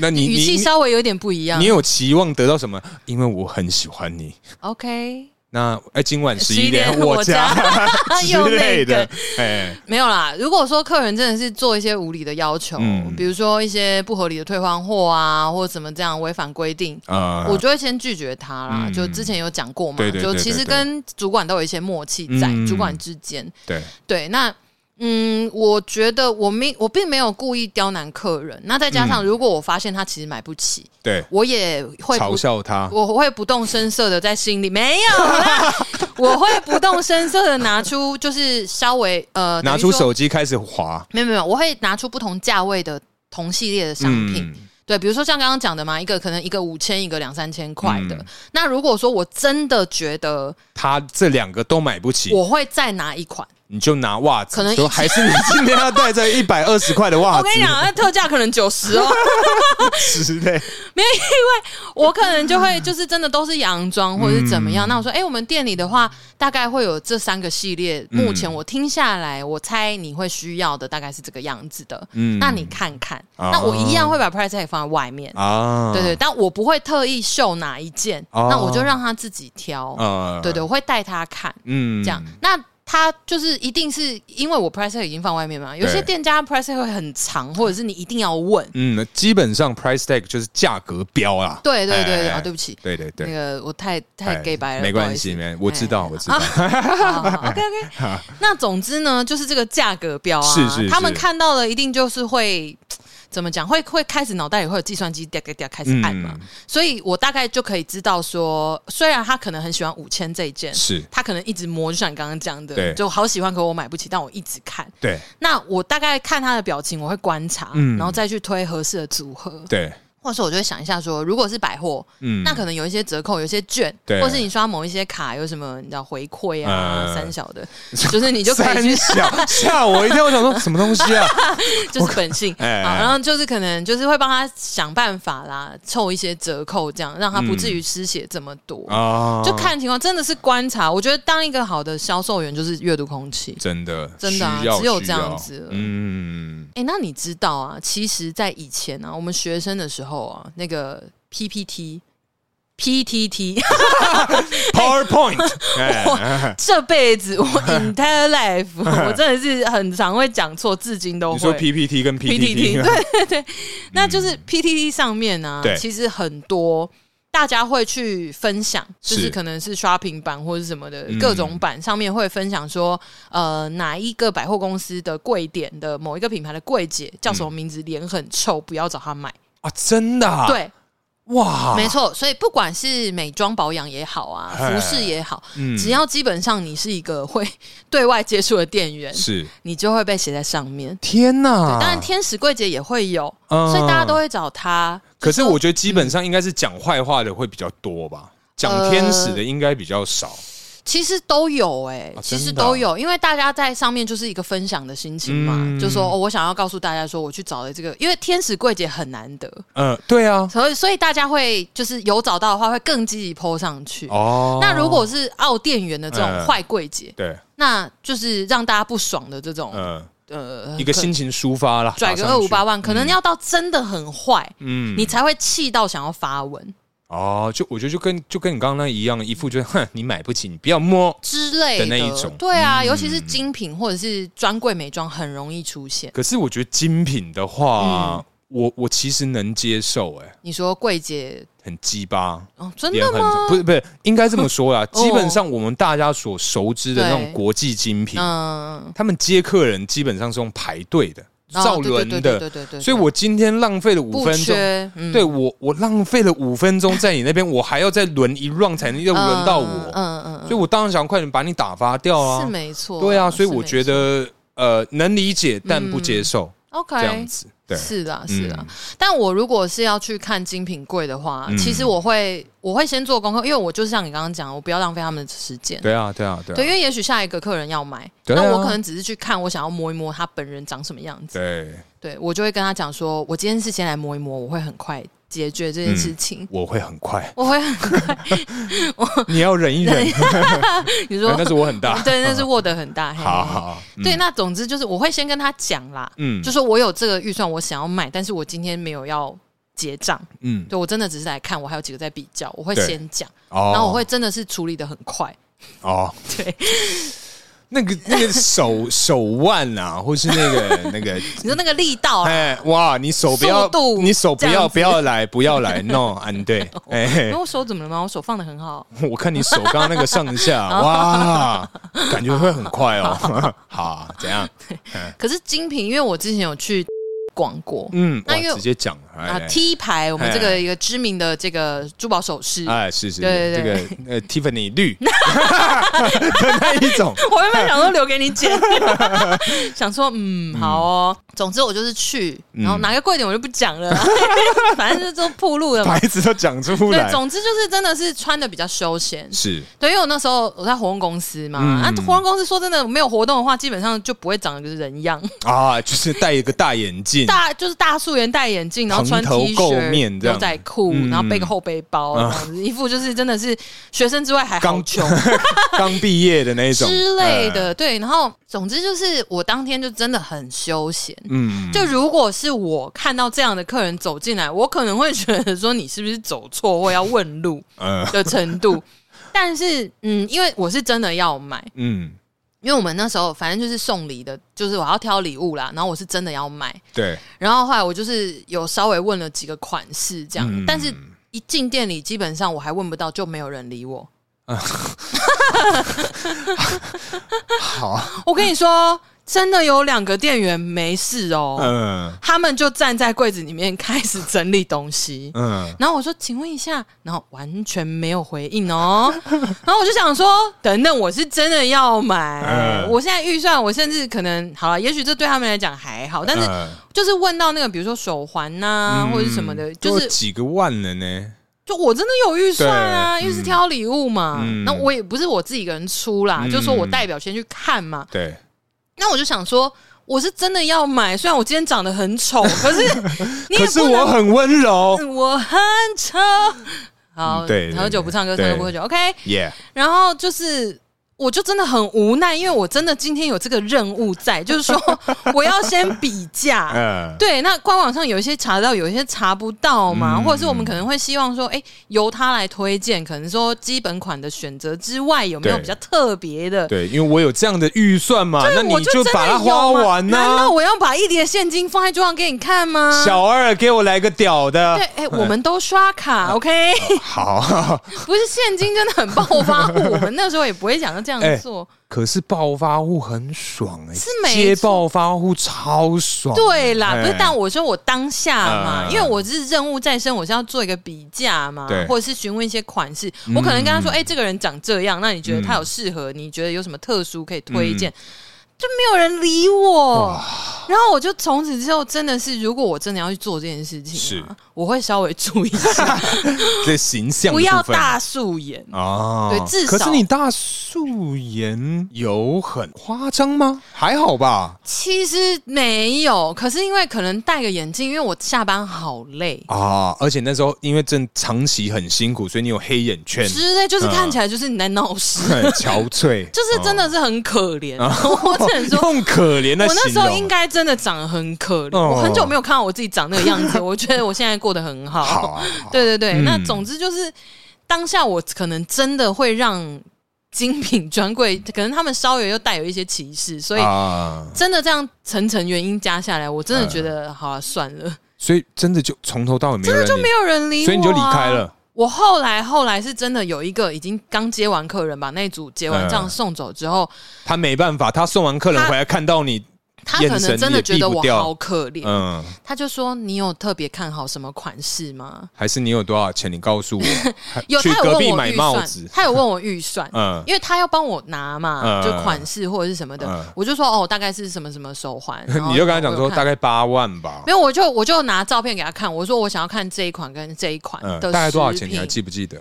那你
语气
你
稍微有点不一样
你。有期望得到什么？因为我很喜欢你。
OK，
那哎，今晚十一
11
点
点
我
我家 又
之类
那
的
个，
哎，
没有啦。如果说客人真的是做一些无理的要求，
嗯
比如说一些不合理的退换货啊，或者怎么这样违反规定。
啊
我就会先拒绝他啦，
嗯
就之前有讲过嘛，
对对对
就其
对对
实跟主管都有一些默契在，
嗯
主管之间，
对，
对，那嗯，我觉得我没我并没有故意刁难客人。那再加
嗯
上，如果我发现他其实买不起，
对，
我也会
嘲
不。
笑他，
我会不动声色的在心里没有啦，我会不动声色的拿出，就是稍微 呃，
拿
等于
出
说，
手机开始划。
没有没有，我会拿出不同价位的同系列的商品，
嗯，
对，比如说像刚刚讲的嘛，一个可能一个五千，一个两三千块的。
嗯
那如果说我真的觉得
他这两个都买不起，
我会再拿一款，
你就拿袜子，
可能
说还是你今天要带着一百二十块的袜
我跟你讲，
子
那特价可能九十哦。
之 类。
我可能就会就是真的都是洋装或者是怎么
嗯
样。那我说，哎、我们店里的话，大概会有这三个系列。
嗯
目前我听下来，我猜你会需要的大概是这个样子的。
嗯
那你看看，
哦
那我一样会把 price tag 放在外面。
啊，
对对，，但我不会特意秀哪一件，
哦
那我就让他自己挑。
啊
对对，，我会带他看。
嗯
这样。那他就是一定是因为我 price tag 已经放外面嘛，有些
对
店家 price tag 会很长，或者是你一定要问。
嗯，基本上 price tag 就是价格标啦。
对对对
哎
对
哎哎
啊，对不起，
对对
那
对，
个我太
哎
太 gay 白了，
没
不好
关
意思
系，没关系，我知道，我知道
啊。OK OK，那总之呢，就是这个价格标啊，
是是
他们
是
看到了一定就是会。怎么讲？会会开始脑袋里会有计算机嗲嗲嗲开始按嘛，
嗯
所以我大概就可以知道说，虽然他可能很喜欢五千这一件，
是
他可能一直摸，就像你刚刚讲
对
的，就好喜欢，可我买不起，但我一直看。
对
那我大概看他的表情，我会观察，
嗯
然后再去推合适的组合，
对，
或者是我就会想一下说，如果是百货，
嗯
那可能有一些折扣，有一些券，
对
或是你刷某一些卡有什么你知道回馈啊、
呃
三小的，就是你就可以
三
去，
小吓我一跳，我想说什么东 西啊？
就是本性
哎
啊，然后就是可能就是会帮他想办法啦，凑一些折扣，这样让他不至
嗯
于失血这么多。
啊，
就看情况，真的是观察。我觉得当一个好的销售员就是阅读空气。
真的
真的啊
需要
只有
需
这样
要
子了
嗯，
哎、那你知道啊？其实，在以前啊，我们学生的时候啊，那个 PPT、PTT，哎
PowerPoint，哎
这辈 子我 entire life，我真的是很常会讲错，至今都
你说
会。
PPT 跟
PTT
啊
对对对，那就是 PTT 上面呢、
对
啊，其实很多大家会去分享，就是
是
可能是刷屏版或者是什么的
嗯
各种版上面会分享说，呃，哪一个百货公司的柜点的某一个品牌的柜姐叫什么名字，脸很臭，不要找她买。
啊，真的嗯啊，
对，
哇，
没错，所以不管是美妆保养也好啊，
哎
服饰也好，
嗯
只要基本上你是一个会 对外接触的店员，
是
你就会被写在上面。
天哪，
当然，天使柜姐也会有，
啊嗯
所以大家都会找她。
可是
就
我觉得基本上应该是讲坏话的会比较多吧，
嗯
讲天使的应该比较少。
其实都有哎、
啊
其实
真的啊
都有，因为大家在上面就是一个分享的心情嘛，
嗯
就说、哦、我想要告诉大家说我去找了这个，因为天使柜姐很难得，
嗯，对啊，
所以所以大家会就是有找到的话会更积极 PO 上去。
哦，
那如果是澳店员的这种
嗯
坏柜姐，
对，
那就是让大家不爽的这种、
嗯，
呃
一个
可
心情抒发啦，
拽个
打
二
上
五
去
八，万，可能要到真的很坏，
嗯
你才会气到想要发文
哦，就我觉得就跟就跟你刚刚那一样，一副就是哼，你买不起，你不要摸。
之类
的那一种
对啊，尤其是精品或者是专柜美妆，很容易出现。
可是我觉得精品的
嗯
话，我我其实能接受，哎，
你说柜姐
很鸡巴。
哦，真
也
的
很
吗？
不是不是，应该这么说啦。
哦
基本上我们大家所熟知的那种
对
国际精品，
嗯，
他们接客人基本上是用排队的、
哦
造轮
对对对
的
对，对对，
所以我今天浪费了五
不
分钟，
缺，嗯
对我我浪费了五分钟在你那边，我还要再轮一 round 才能又轮到我，
嗯嗯嗯
所以我当然想要快点把你打发掉
嗯，
啊
是。没错，
对啊，所以
是
我
没
觉
错嗯
得呃能理解，但不接受、
OK
这样子。对，
是啦，
嗯
是啦，但我如果是要去看精品柜的话，
嗯
其实我会我会先做功课，因为我就像你刚刚讲，我不要浪费他们的时间。
对啊，对啊，对
对，
啊，
因为也许下一个客人要买，
对啊
那我可能只是去看，我想要摸一摸他本人长什么样子。
对，
对我就会跟他讲说，我今天是先来摸一摸，我会很快解决这
嗯
件事情。
我会很 快，
我会很快，
你要忍一忍，
你说
哎但是我很大
对，那是 Word 很大。嘿
好好，好嗯
对，那总之就是我会先跟他讲啦，
嗯
就说我有这个预算，我想要买，但是我今天没有要结账，
嗯，
对我真的只是来看，我还有几个在比较，我会
对
先讲，
哦，
然后我会真的是处理的很快，
哦，
对，
那个那个手手腕 啊，或是那个那个。
你说那个力道啊，
哎，哇！你手不要
速度，
你手不
这
要，
样子哦
不要来，不要 来，no，安对，哎
因为，我手怎么了吗？我手放的很好，
我看你手刚刚那个上 下，
哦
哇，感觉会很快哦。 好，怎样？
可是精品，因为我之前有去 逛过，
嗯，哇
那因为
直接讲，
啊
哎，
，T 牌，我们这
哎
个一个知名的这个珠宝首饰，
哎，是是，
对
这
对
个呃，Tiffany 绿 的那一种，
我原本想说留给你剪，想说嗯好哦。总之我就是去，然后哪个贵点我就不讲了， 反正就是都铺 路了嘛
牌。子都讲出
对，
嗯来，
总之就是真的是穿的比较休闲。
是
对，因为我那时候我在活动公司嘛，
嗯
啊，活动公司说真的没有活动的话，基本上就不会长得人样，
啊，就是戴一个大眼镜，
大就是大素颜戴眼镜，然后穿
蓬头
T
垢面
恤、
这样
牛仔裤，
嗯
然后背个后背包，这
啊
样子一副就是真的是学生之外还好
刚
穷，
刚毕业的那一种嗯
之类，的，对。然后，总之就是我当天就真的很休闲。
嗯，
就如果是我看到这样的客人走进来，我可能会觉得说你是不是走错或要问路
嗯
的程度。但是，嗯，因为我是真的要买，
嗯，
因为我们那时候反正就是送礼的，就是我要挑礼物啦，然后我是真的要买。
对，
然后后来我就是有稍微问了几个款式这样，
嗯
但是一进店里基本上我还问不到，就没有人理我。
好，
我跟你说，真的有两个店员没事哦，
嗯
他们就站在柜子里面开始整理东西。
嗯，
然后我说：“请问一下。”然后完全没有回应哦。 然后我就想说：“等等，我是真的要买。
嗯
我现在预算，我甚至可能好了，也许这对他们来讲还好，但是
嗯
就是问到那个，比如说手环呐、啊或者是什么的，就
多
是
几个万了呢，
就我真的有预算啊，因为是挑礼物嘛。
嗯
那我也不是我自己一个人出啦，
嗯
就说我代表先去看嘛。
对，
那我就想说，我是真的要买，虽然我今天长得很丑，可是你也
可是
不能嗯
我很温柔
我很丑。好，
嗯对对
喝酒不唱歌，
对
唱歌不喝酒。OK，
耶，
然后就是。我就真的很无奈，因为我真的今天有这个任务在，就是 说我要先比价。
嗯，
对，那官网上有一些查得到，有一些查不到嘛，
嗯
或者是我们可能会希望说，哎、由他来推荐，可能说基本款的选择之外，有没有
对
比较特别的？
对，因为我有这样的预算嘛，那
我
你
真的
把它花
有嘛
完啊
难
呐
道。我要把一叠现金放在桌上给你看吗？
小二，给我来个屌的
对，，哎、我们都刷 卡、o k
好，
不是现金真的很爆发户，我们那时候也不会想要这样做。
可是暴发户很爽哎、欸，
是没
接
错
暴发户超爽。
对啦，
哎
不是，但我说我当下嘛，
嗯
因为我是任务在身，我是要做一个比价嘛
对，嗯
或者是询问一些款式。我可能跟他说，哎、这个人长这样，那你觉得他有适合？你觉得有什么特殊可以推
嗯
荐？就没有人理我，然后我就从此之后真的是，如果我真的要去做这件事情、啊，我会稍微注意一 下，
这形象
不
的
要
部分
大素颜。
哦，
对至少
可是你大素颜有很夸张吗？还好吧。
其实没有，可是因为可能戴个眼镜，因为我下班好累。
啊，而且那时候因为正长期很辛苦，所以你有黑眼圈，
之类，就是看起来就是你在闹事，
很憔悴， 哦
就是真的是很可怜。 我 只能说，
用可怜来
我那
形
时
容。
候应该真的长得很可怜。
哦
我很久没有看到我自己长那个样 子，我觉得我现在过得很好。
好啊，好啊
对对对，
嗯
那总之就是当下我可能真的会让精品专柜，可能他们稍微又带有一些歧视，所以
啊，
真的这样层层原因加下来，我真的觉
嗯
得好啊，算了。
所以真的就从头到尾没有人理，
没有人理我、啊，
所以你就离开了。
我后来后来是真的有一个已经刚接完客人，把那一组结完账
嗯
送走之后，
他没办法，他送完客人
他
回来看到你，
他可
眼神
能真的
也
觉得
避
我
不掉
好可怜，
嗯，
他就说：“你有特别看好什么款式吗
还是你有多少钱？你告诉我。？”
有，
去
他有
隔
问
壁
我
买
预
帽
算
子，。
他有问我预算
嗯
因为他要帮我拿嘛，
嗯
就款式或者是什么的，
嗯
我就说哦，大概是什么什么手环， 然后
你就跟他讲
我
说
哦有看
大概八万吧，
没有，我就我就拿照片给他看，我说我想要看这一款跟这一款
嗯，
的、
大概多少钱？你还记不记得？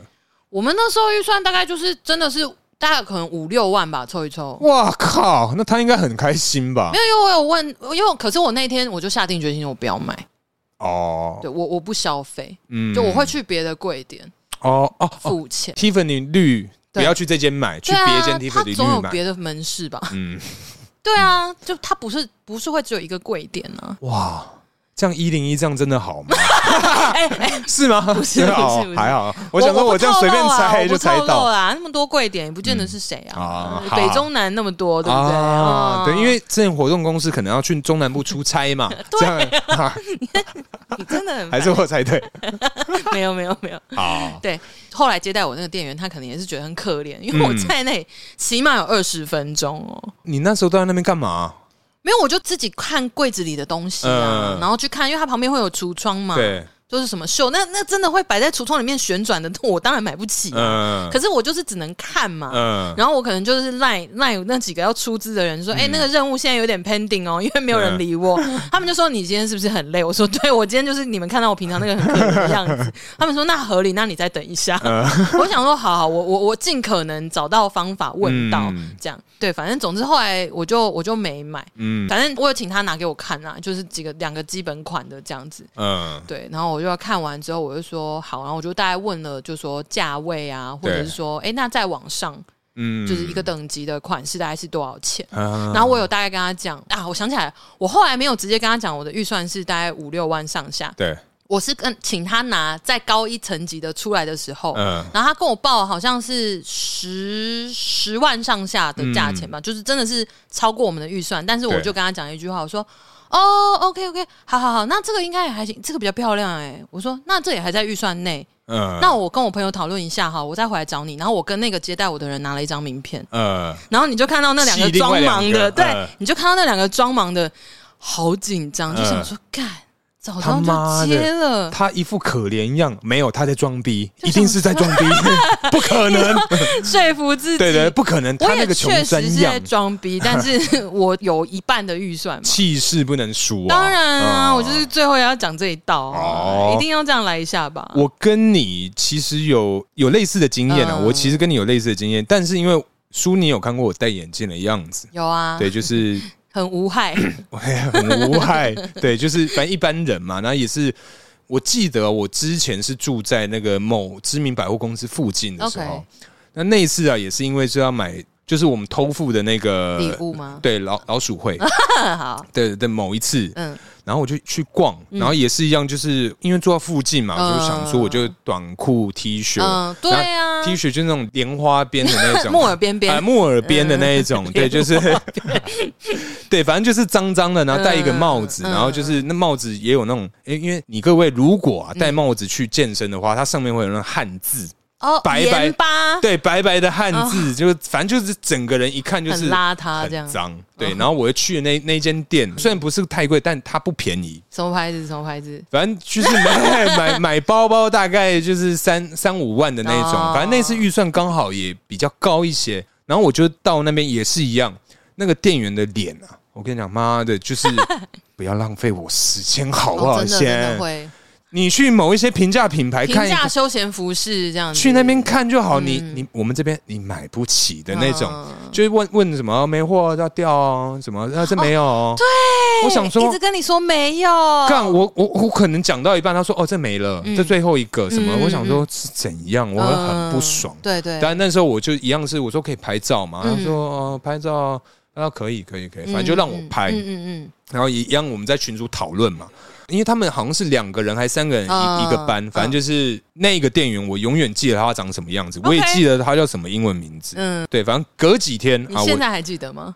我们那时候预算大概就是真的是大概可能五六万吧，凑一凑。
哇靠，那他应该很开心吧
没？有，因为我有问，因为可是我那天我就下定决心，我不要买，
哦
对我我不消费，
嗯
就我会去别的柜点
哦哦哦
付钱。
，Tiffany 绿不
对
要去这间买，去
对
别
啊
间，
它
Tiffany
总有
绿买。
别的门市吧？
嗯，
对啊，就它不是不是会只有一个柜点啊？
哇，这样一零一这样真的好吗？
哎哎，
是吗？不
是不是不是
还好。我想说，
啊我
我这样随便猜就猜
不透露
到
啊，那么多贵点也不见得是谁
嗯
啊
啊，好
北中南那么多，对不对？啊
对，因为之前活动公司可能要去中南部出差 嘛， 这样 啊
你真的很
还是我猜 对。
没有没有没有。
好，
对，后来接待我那个店员，他可能也是觉得很可怜，因为
嗯
我在那里起码有二十分钟哦。
你那时候都在那边干嘛？
没有，我就自己看柜子里的东西啊，
嗯
然后去看，因为它旁边会有橱窗嘛，
对，
就是什么秀，那那真的会摆在橱窗里面旋转的， 我当然买不起啊、
嗯
可是我就是只能看嘛，
嗯，
然后我可能就是赖赖那几个要出资的人说，哎、那个任务现在有点 pending 哦，因为没有人理我。
嗯
他们就说你今天是不是很累？我说对，我今天就是你们看到我平常那个很可怜的样 子。他们说那合理，那你再等一下。
嗯
我想说好好，我我我尽可能找到方法问到、
嗯
这样。对，反正总之后来我就我就没买，
嗯
反正我有请他拿给我看啊，就是几个两个基本款的这样子。
嗯
对，然后我就要看完之后，我就说好，然后我就大概问了，就说价位啊，或者
对
是说，哎，那在网上
嗯
就是一个等级的款式大概是多少钱。
啊
然后我有大概跟他讲啊，我想起来了，我后来没有直接跟他讲我的预算是大概五六万上下，
对，
我是跟请他拿再高一层级的出来的时候，
嗯
然后他跟我报好像是十十万上下的价钱吧，就是真的是超过我们的预算，但是我
嗯对
就跟他讲一句话，我说。哦、o k OK，好好好，那这个应该也还行，这个比较漂亮哎、我说那这也还在预算内，
嗯，
那我跟我朋友讨论一下哈，我再回来找你。然后我跟那个接待我的人拿了一张名片，
呃，
然后你就看到那两个
吸另
装
外两
忙的，
个
对，
嗯
你就看到那两个装忙的，好紧张，就想说干，早知道就接 了。
他一副可怜样，没有他在装逼，一定是在装 逼，不可能，
说服自己。
对对，不可能，
我
他那
也
个穷
确实
酸
是在
样，
装 逼，但是我有一半的预算嘛。
气势不能输啊。
当然啊，
嗯
我就是最后也要讲这一道啊，
哦
一定要这样来一下吧。
我跟你其实有有类似的经验啊，
嗯
我其实跟你有类似的经验，但是因为苏你有看过我戴眼镜的样子，
有啊，
对，就是
很无 害。
哎很无害，对，就是反正一般人嘛，然后也是。我记得我之前是住在那个某知名百货公司附近的时候
OK
那那一次啊，也是因为是要买，就是我们偷付的那个
礼物吗
对，老老鼠 会
好，
的的某一次，
嗯，
然后我就去逛，然后也是一样，就是因为住到附近嘛，我就
嗯
想说，我就短裤、T 恤，
嗯对啊
，T 恤就是那种莲花边的那种，
木耳边边嗯
哎木耳边的那一种，对，就是 对，反正就是脏脏的，然后戴一个帽子，
嗯嗯
然后就是那帽子也有那种，哎，因为你各位如果
嗯
啊戴帽子去健身的话，它上面会有那种汗渍，
哦，
白白
盐 巴，
对，白白的汗渍，就反正就是整个人一看就是
哦很邋遢这样
很
哦嗯
脏。对，然后我又去那那间店，虽然不是太贵，但它不便宜。
什么牌子？什么牌子？
反正就是买 买买包包，大概就是三三五万的那种。
哦
反正那次预算刚好也比较高一些，然后我就到那边也是一样，那个店员的脸啊，我跟你讲，妈的， 就是不要浪费我时间好不
哦，
好？
真的真的
先
会
你去某一些平价品牌
平
看一
价嗯
看，
休闲服饰这样子，
去那边看就好。你你我们这边你买不起的那种，
嗯
就是问问什么没货要掉哦，什么啊这没有、哦。对，我想说
哎一直跟你说没有，
干我我我可能讲到一半，他说哦这没了，这最后一个什么？
嗯
我想说是怎样，我会很不爽
嗯。对对，
但那时候我就一样是我说可以拍照嘛，
嗯
他说哦拍照啊可以可以可以，反正就让我拍
嗯，嗯嗯
然后一样我们在群组讨论嘛。因为他们好像是两个人还三个人一
嗯
一个班，反正就是那个店员，我永远记得他长什么样子，我也
OK
记得他叫什么英文名字。
嗯，嗯
对，反正隔几天
你
啊，我
现在还记得 吗？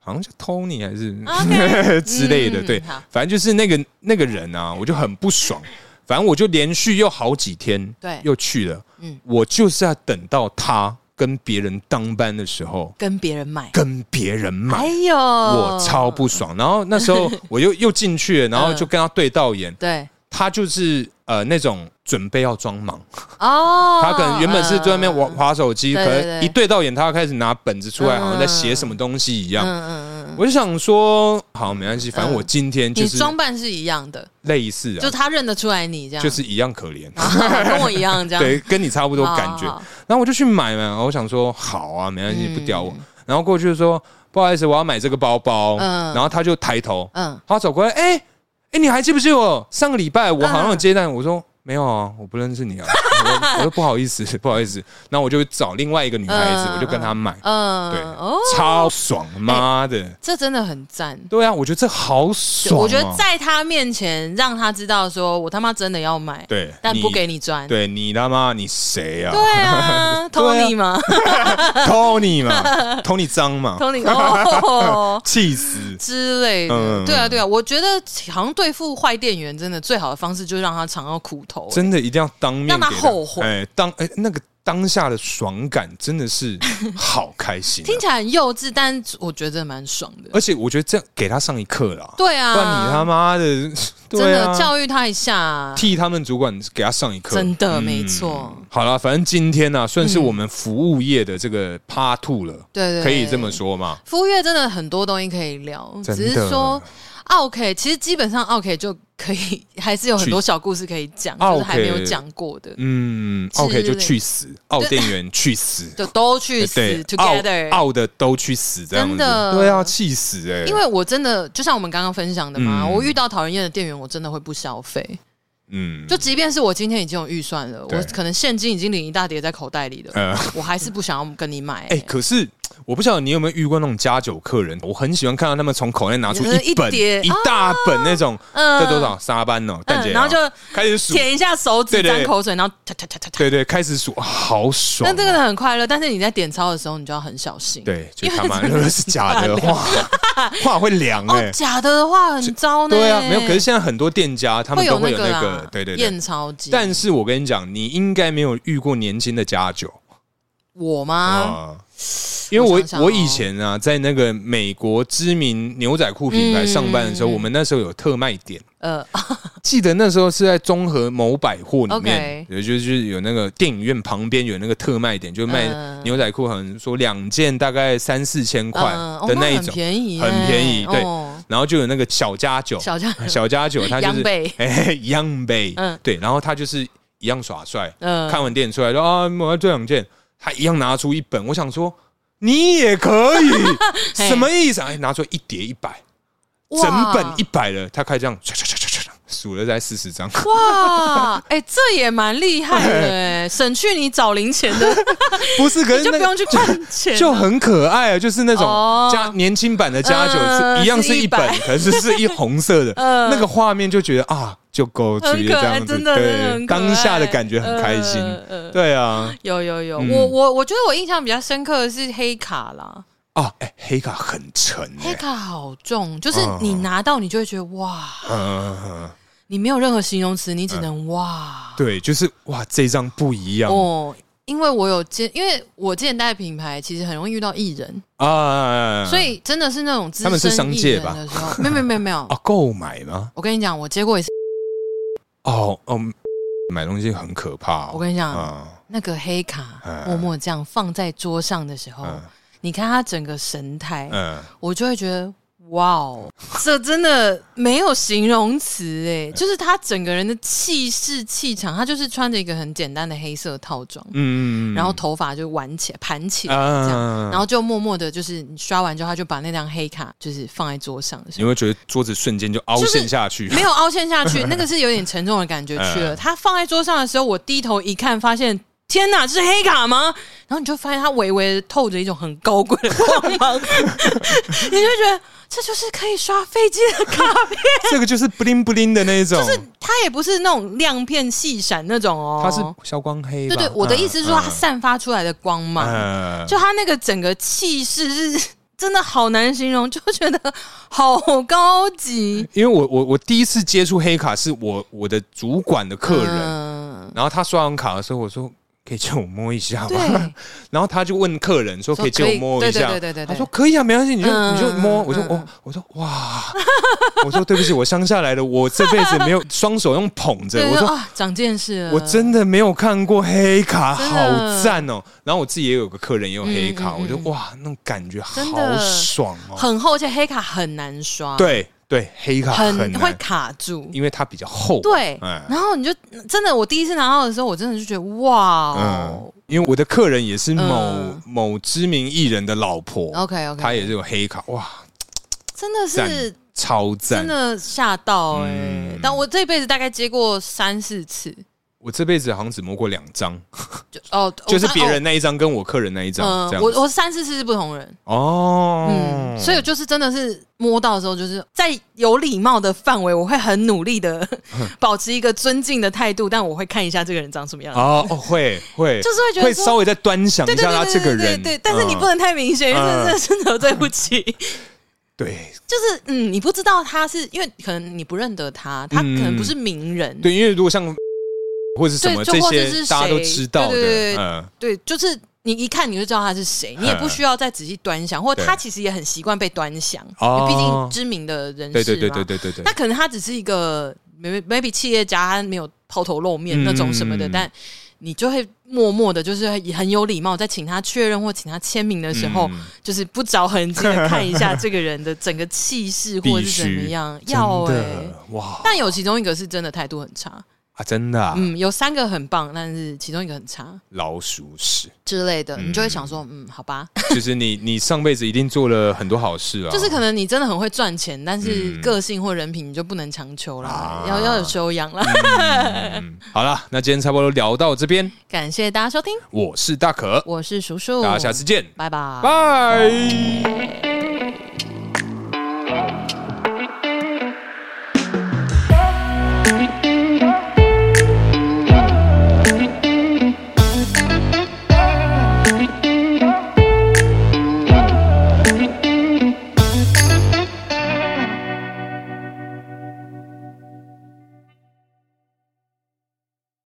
好像叫 Tony 还是
OK，
之类的，
嗯
对
好，
反正就是那个那个人啊，我就很不爽。 反正我就连续又好几天，
对
又去了，
嗯
我就是要等到他跟别人当班的时候，
跟别人买，
跟别人
哎
买，
呦，
我超不爽。然后那时 候我又又进去了，
嗯
然后就跟他对到眼，
对
他就是呃那种准备要装忙，
哦，
他可能原本是在那边划
嗯
划手机，
对
可
对
能
对
一对到眼，他要开始拿本子出来，好像在写什么东西一样。
嗯嗯 嗯，
我就想说，好，没关系，反正我今天就
嗯你
是
装扮是一样的，
类似
就
啊，
他认得出来你这样，
就是一样可怜，
跟我一样这 样，哦
对，跟你差不多感觉
好好好。
然后我就去买嘛，我想说好啊，没关系，
嗯
不屌我。然后过去就说不好意思，我要买这个包包。
嗯
然后他就抬头，
嗯，
他走过来，哎哎、你还记不记得我上个礼拜我好像有接待你？我说没有啊，我不认识你啊。我说我说不好意思， 不好意思。那我就找另外一个女孩子，
嗯
我就跟她买，
嗯，
对，
哦，
超爽，妈的！
这真的很赞。
对啊，我觉得这好爽、啊。
我觉得在他面前让他知道说我他妈真的要买，
对，
但不给你赚。
对你他妈你谁啊
对啊，Tony 吗
？Tony 嘛，Tony 脏嘛，
？Tony 哦。
气死！
之类
嗯
的，对啊，对啊，我觉得好像对付坏店员，真的最好的方式就是让他尝到苦头、欸
真的一定要当面
让他
给
后悔
哎，当哎那个当下的爽感真的 是好开心啊、
听起来很幼稚，但我觉得真的蛮爽的。
而且我觉得这样给他上一课啦，
对
呃不
啊，
然你他妈的，
真
对
的
啊，
教育他一下啊，
替他们主管给他上一课，嗯
真的没错。
好了，反正今天呢、算是我们服务业的这个 Part Two 了，
对对对
可以这么说嘛？
服务业真的很多东西可以聊，
真的
只是说 OK，其实基本上 OK 就可以， 还是有很多小故事可以讲，
去
就是还没有
OK
讲过的，
嗯
之类
，OK，就去死，奥店员去死，
就都去死
哎对，奥
together。
奥的都去死，这样子，
真的
对啊，气死哎、欸！
因为我真的就像我们刚刚分享的嘛，
嗯
我遇到讨人厌的店员，我真的会不消费。
嗯，
就即便是我今天已经有预算了，
对
我可能现金已经领一大叠在口袋里了，
呃，
我还是不想要跟你买、欸
哎、可是我不晓得你有没有遇过那种家酒客人，我很喜欢看到他们从口袋拿出
就
一
是嗯一
本
叠
大本那种，
嗯
这多少沙班哦，蛋姐啊，
然后就
开始数，
舔一下手指，
对对
沾口水，然后哒哒哒哒哒。
对对，开始数，好爽
那
哦。
这个很快乐，但是你在点钞的时候，你就要很小心。
对，就他妈如果 是假的话，话会凉
哦
哎，。
假的的话很糟呢。
对啊，没有。可是现在很多店家他们
会
都
有
会
那
有
个啊
那
啦
个，，对对对
验。钞机。
但是我跟你讲，你应该没有遇过年轻的家酒
我吗？
啊。因为
我
我
想想哦
我以前啊，在那个美国知名牛仔裤品牌上班的时候，
嗯
我们那时候有特卖点，
呃，
记得那时候是在中和某百货里面
OK，
也就是有那个电影院旁边有那个特卖点，就卖
嗯
牛仔裤，好像说两件大概三四千块
嗯哦
的那一
很
种，
便宜耶，
很便宜对
哦
然后就有那个小家酒，
小家
小家酒，他就是
央贝
哎央贝，
嗯
对，然后他就是一样耍帅，
嗯
看完电影出来说啊，我要这两件，他一样拿出一本，我想说你也可以，
嘿
什么意思啊？哎，拿出一叠一百，
哇
整本一百了，他开始这样唰唰唰唰唰数了在四十张，
哇，哎，这也蛮厉害的哎，省去你找零钱的，
不是，可是
就
那
不
个
用去赚钱了，
就很可爱啊，就是那
哦
种加年轻版的加酒
嗯
是一样是一本
是一，
可是是一红色的，
嗯
那个画面就觉得啊，就够直接
很可
这
爱，
样子
真，的真的
对，
很可爱
当下的感觉很开心，
呃呃呃
对啊，
有有有，
嗯
我我我觉得我印象比较深刻的是黑卡啦，
啊，哎，黑卡很沉
黑
哎，
卡好重，就是
嗯
你拿到你就会觉得哇，
嗯嗯嗯，嗯
你没有任何形容词，你只能哇
对，就是哇，这张不一样
哦。因为我有接，因为我之前带品牌，其实很容易遇到艺人，
啊，
所以真的是那种资
他们是商
深艺
界
人
吧
的时候，没有没有没有没有
啊，，购买吗？
我跟你讲，我接过一次，
哦哦，买东西很可怕哦，
我跟你讲
啊，
那个黑卡
嗯
默默这样放在桌上的时候
嗯，
你看他整个神态，
嗯，
我就会觉得。哇哦，这真的没有形容词哎，
嗯
就是他整个人的气势气场，他就是穿着一个很简单的黑色套装，
嗯，
然后头发就挽起来盘起来这样，
啊
然后就默默的，就是你刷完之后，他就把那张黑卡就是放在桌上的时
你
候，
会觉得桌子瞬间就凹陷下去，
没有凹陷下去，那个是有点沉重的感觉去
嗯
了。他放在桌上的时候，我低头一看，发现。天哪，这是黑卡吗？然后你就发现它微微地透着一种很高贵的光 芒，你就觉得这就是可以刷飞机的卡片，
这个就是不灵不灵的那一种，就是
它也不是那种亮片细闪那种哦，
它是消光黑吧。
对对，我的意思是说它
嗯
散发出来的光芒，
嗯
就他那个整个气势是真的好难形容，就觉得好高级。
因为我我我第一次接触黑卡是我我的主管的客人，
嗯
然后他刷完卡的时候，我说可以借我摸一下
对
吗？ 然后他就问客人说
说
可以借我摸一下，
可以对对对对对
他说可以啊，没关系，你就、
嗯
你就摸。
嗯
我说
嗯
我、我说哇，我说对不起，我乡下来的，我这辈子没有双手用捧着，
对，
我
就
说
啊，长见识了，
我真的没有看过黑卡，
真的
好赞哦！然后我自己也有个客人也有黑卡，
嗯嗯嗯
我就哇，那种感觉好
真的
爽哦。
很厚，而且黑卡很难刷，，
对对，黑卡
很
很
会
难，
卡住。
因为它比较厚。
对，
哎
然后你就真的，我第一次拿到的时候，我真的就觉得哇、
嗯
哦，
因为我的客人也是某
嗯
某知名艺人的老婆
o k OK，
她也是有黑卡，哇，
真的是
超
真
赞！
的吓到哎、
嗯
但我这辈子大概接过三四次，
我这辈子好像只摸过两张，
就哦，
就是
我
别人那一张跟我客人那一张
哦
这
嗯，
样
我
子。
我三四次是不同人，
哦
嗯，，所以我就是真的是摸到的时候，就是在有礼貌的范围，我会很努 力的保持一个尊敬的态度，但我会看一下这个人长什么样子。
哦哦会会，
就是会觉得
会
说
稍微再端详
对
一
对
下他
对
这个
对对
人，
对，但是你
嗯
不能太明显，因为
嗯
这这真的对不起。
对
就是嗯，你不知道他是因为可能你不认得他，他可能不是名人，
嗯对，因为如果像或是什么
对
这
就或者
些
是
大家都
谁
知道
对对
的，
对
嗯，
对就是你一看你就知道他是谁，你也不需要再仔细端详，或
对
他其实也很习惯被端详，
哦
因为毕竟知名的人士
对
嘛。
对对嗯对对对对
那，可能他只是一个 maybe maybe 企业家，他没有抛头露面
嗯
那种什么的，
嗯
但你就会默默的，就是很有礼貌，在请他确认或请他签名的时候，
嗯
就是不着痕迹的看一下这个人的整个气势或者
必
是怎么
须
样，
真
要哎、
的哇
但有其中一个是真的态度很差，
啊，真的啊
嗯，有三个很棒，但是其中一个很差
老鼠屎，
之类的，你就会想说，嗯，好吧，
就是你你上辈子一定做了很多好事啊，
就是可能你真的很会赚钱，但是
嗯
个性或人品你就不能强求啦
啊，
要要有修养啦。
嗯好了，那今天差不多聊到这边，
感谢大家收听，
我是大可，
哦我是叔叔，
大家下次见，
拜拜。
拜。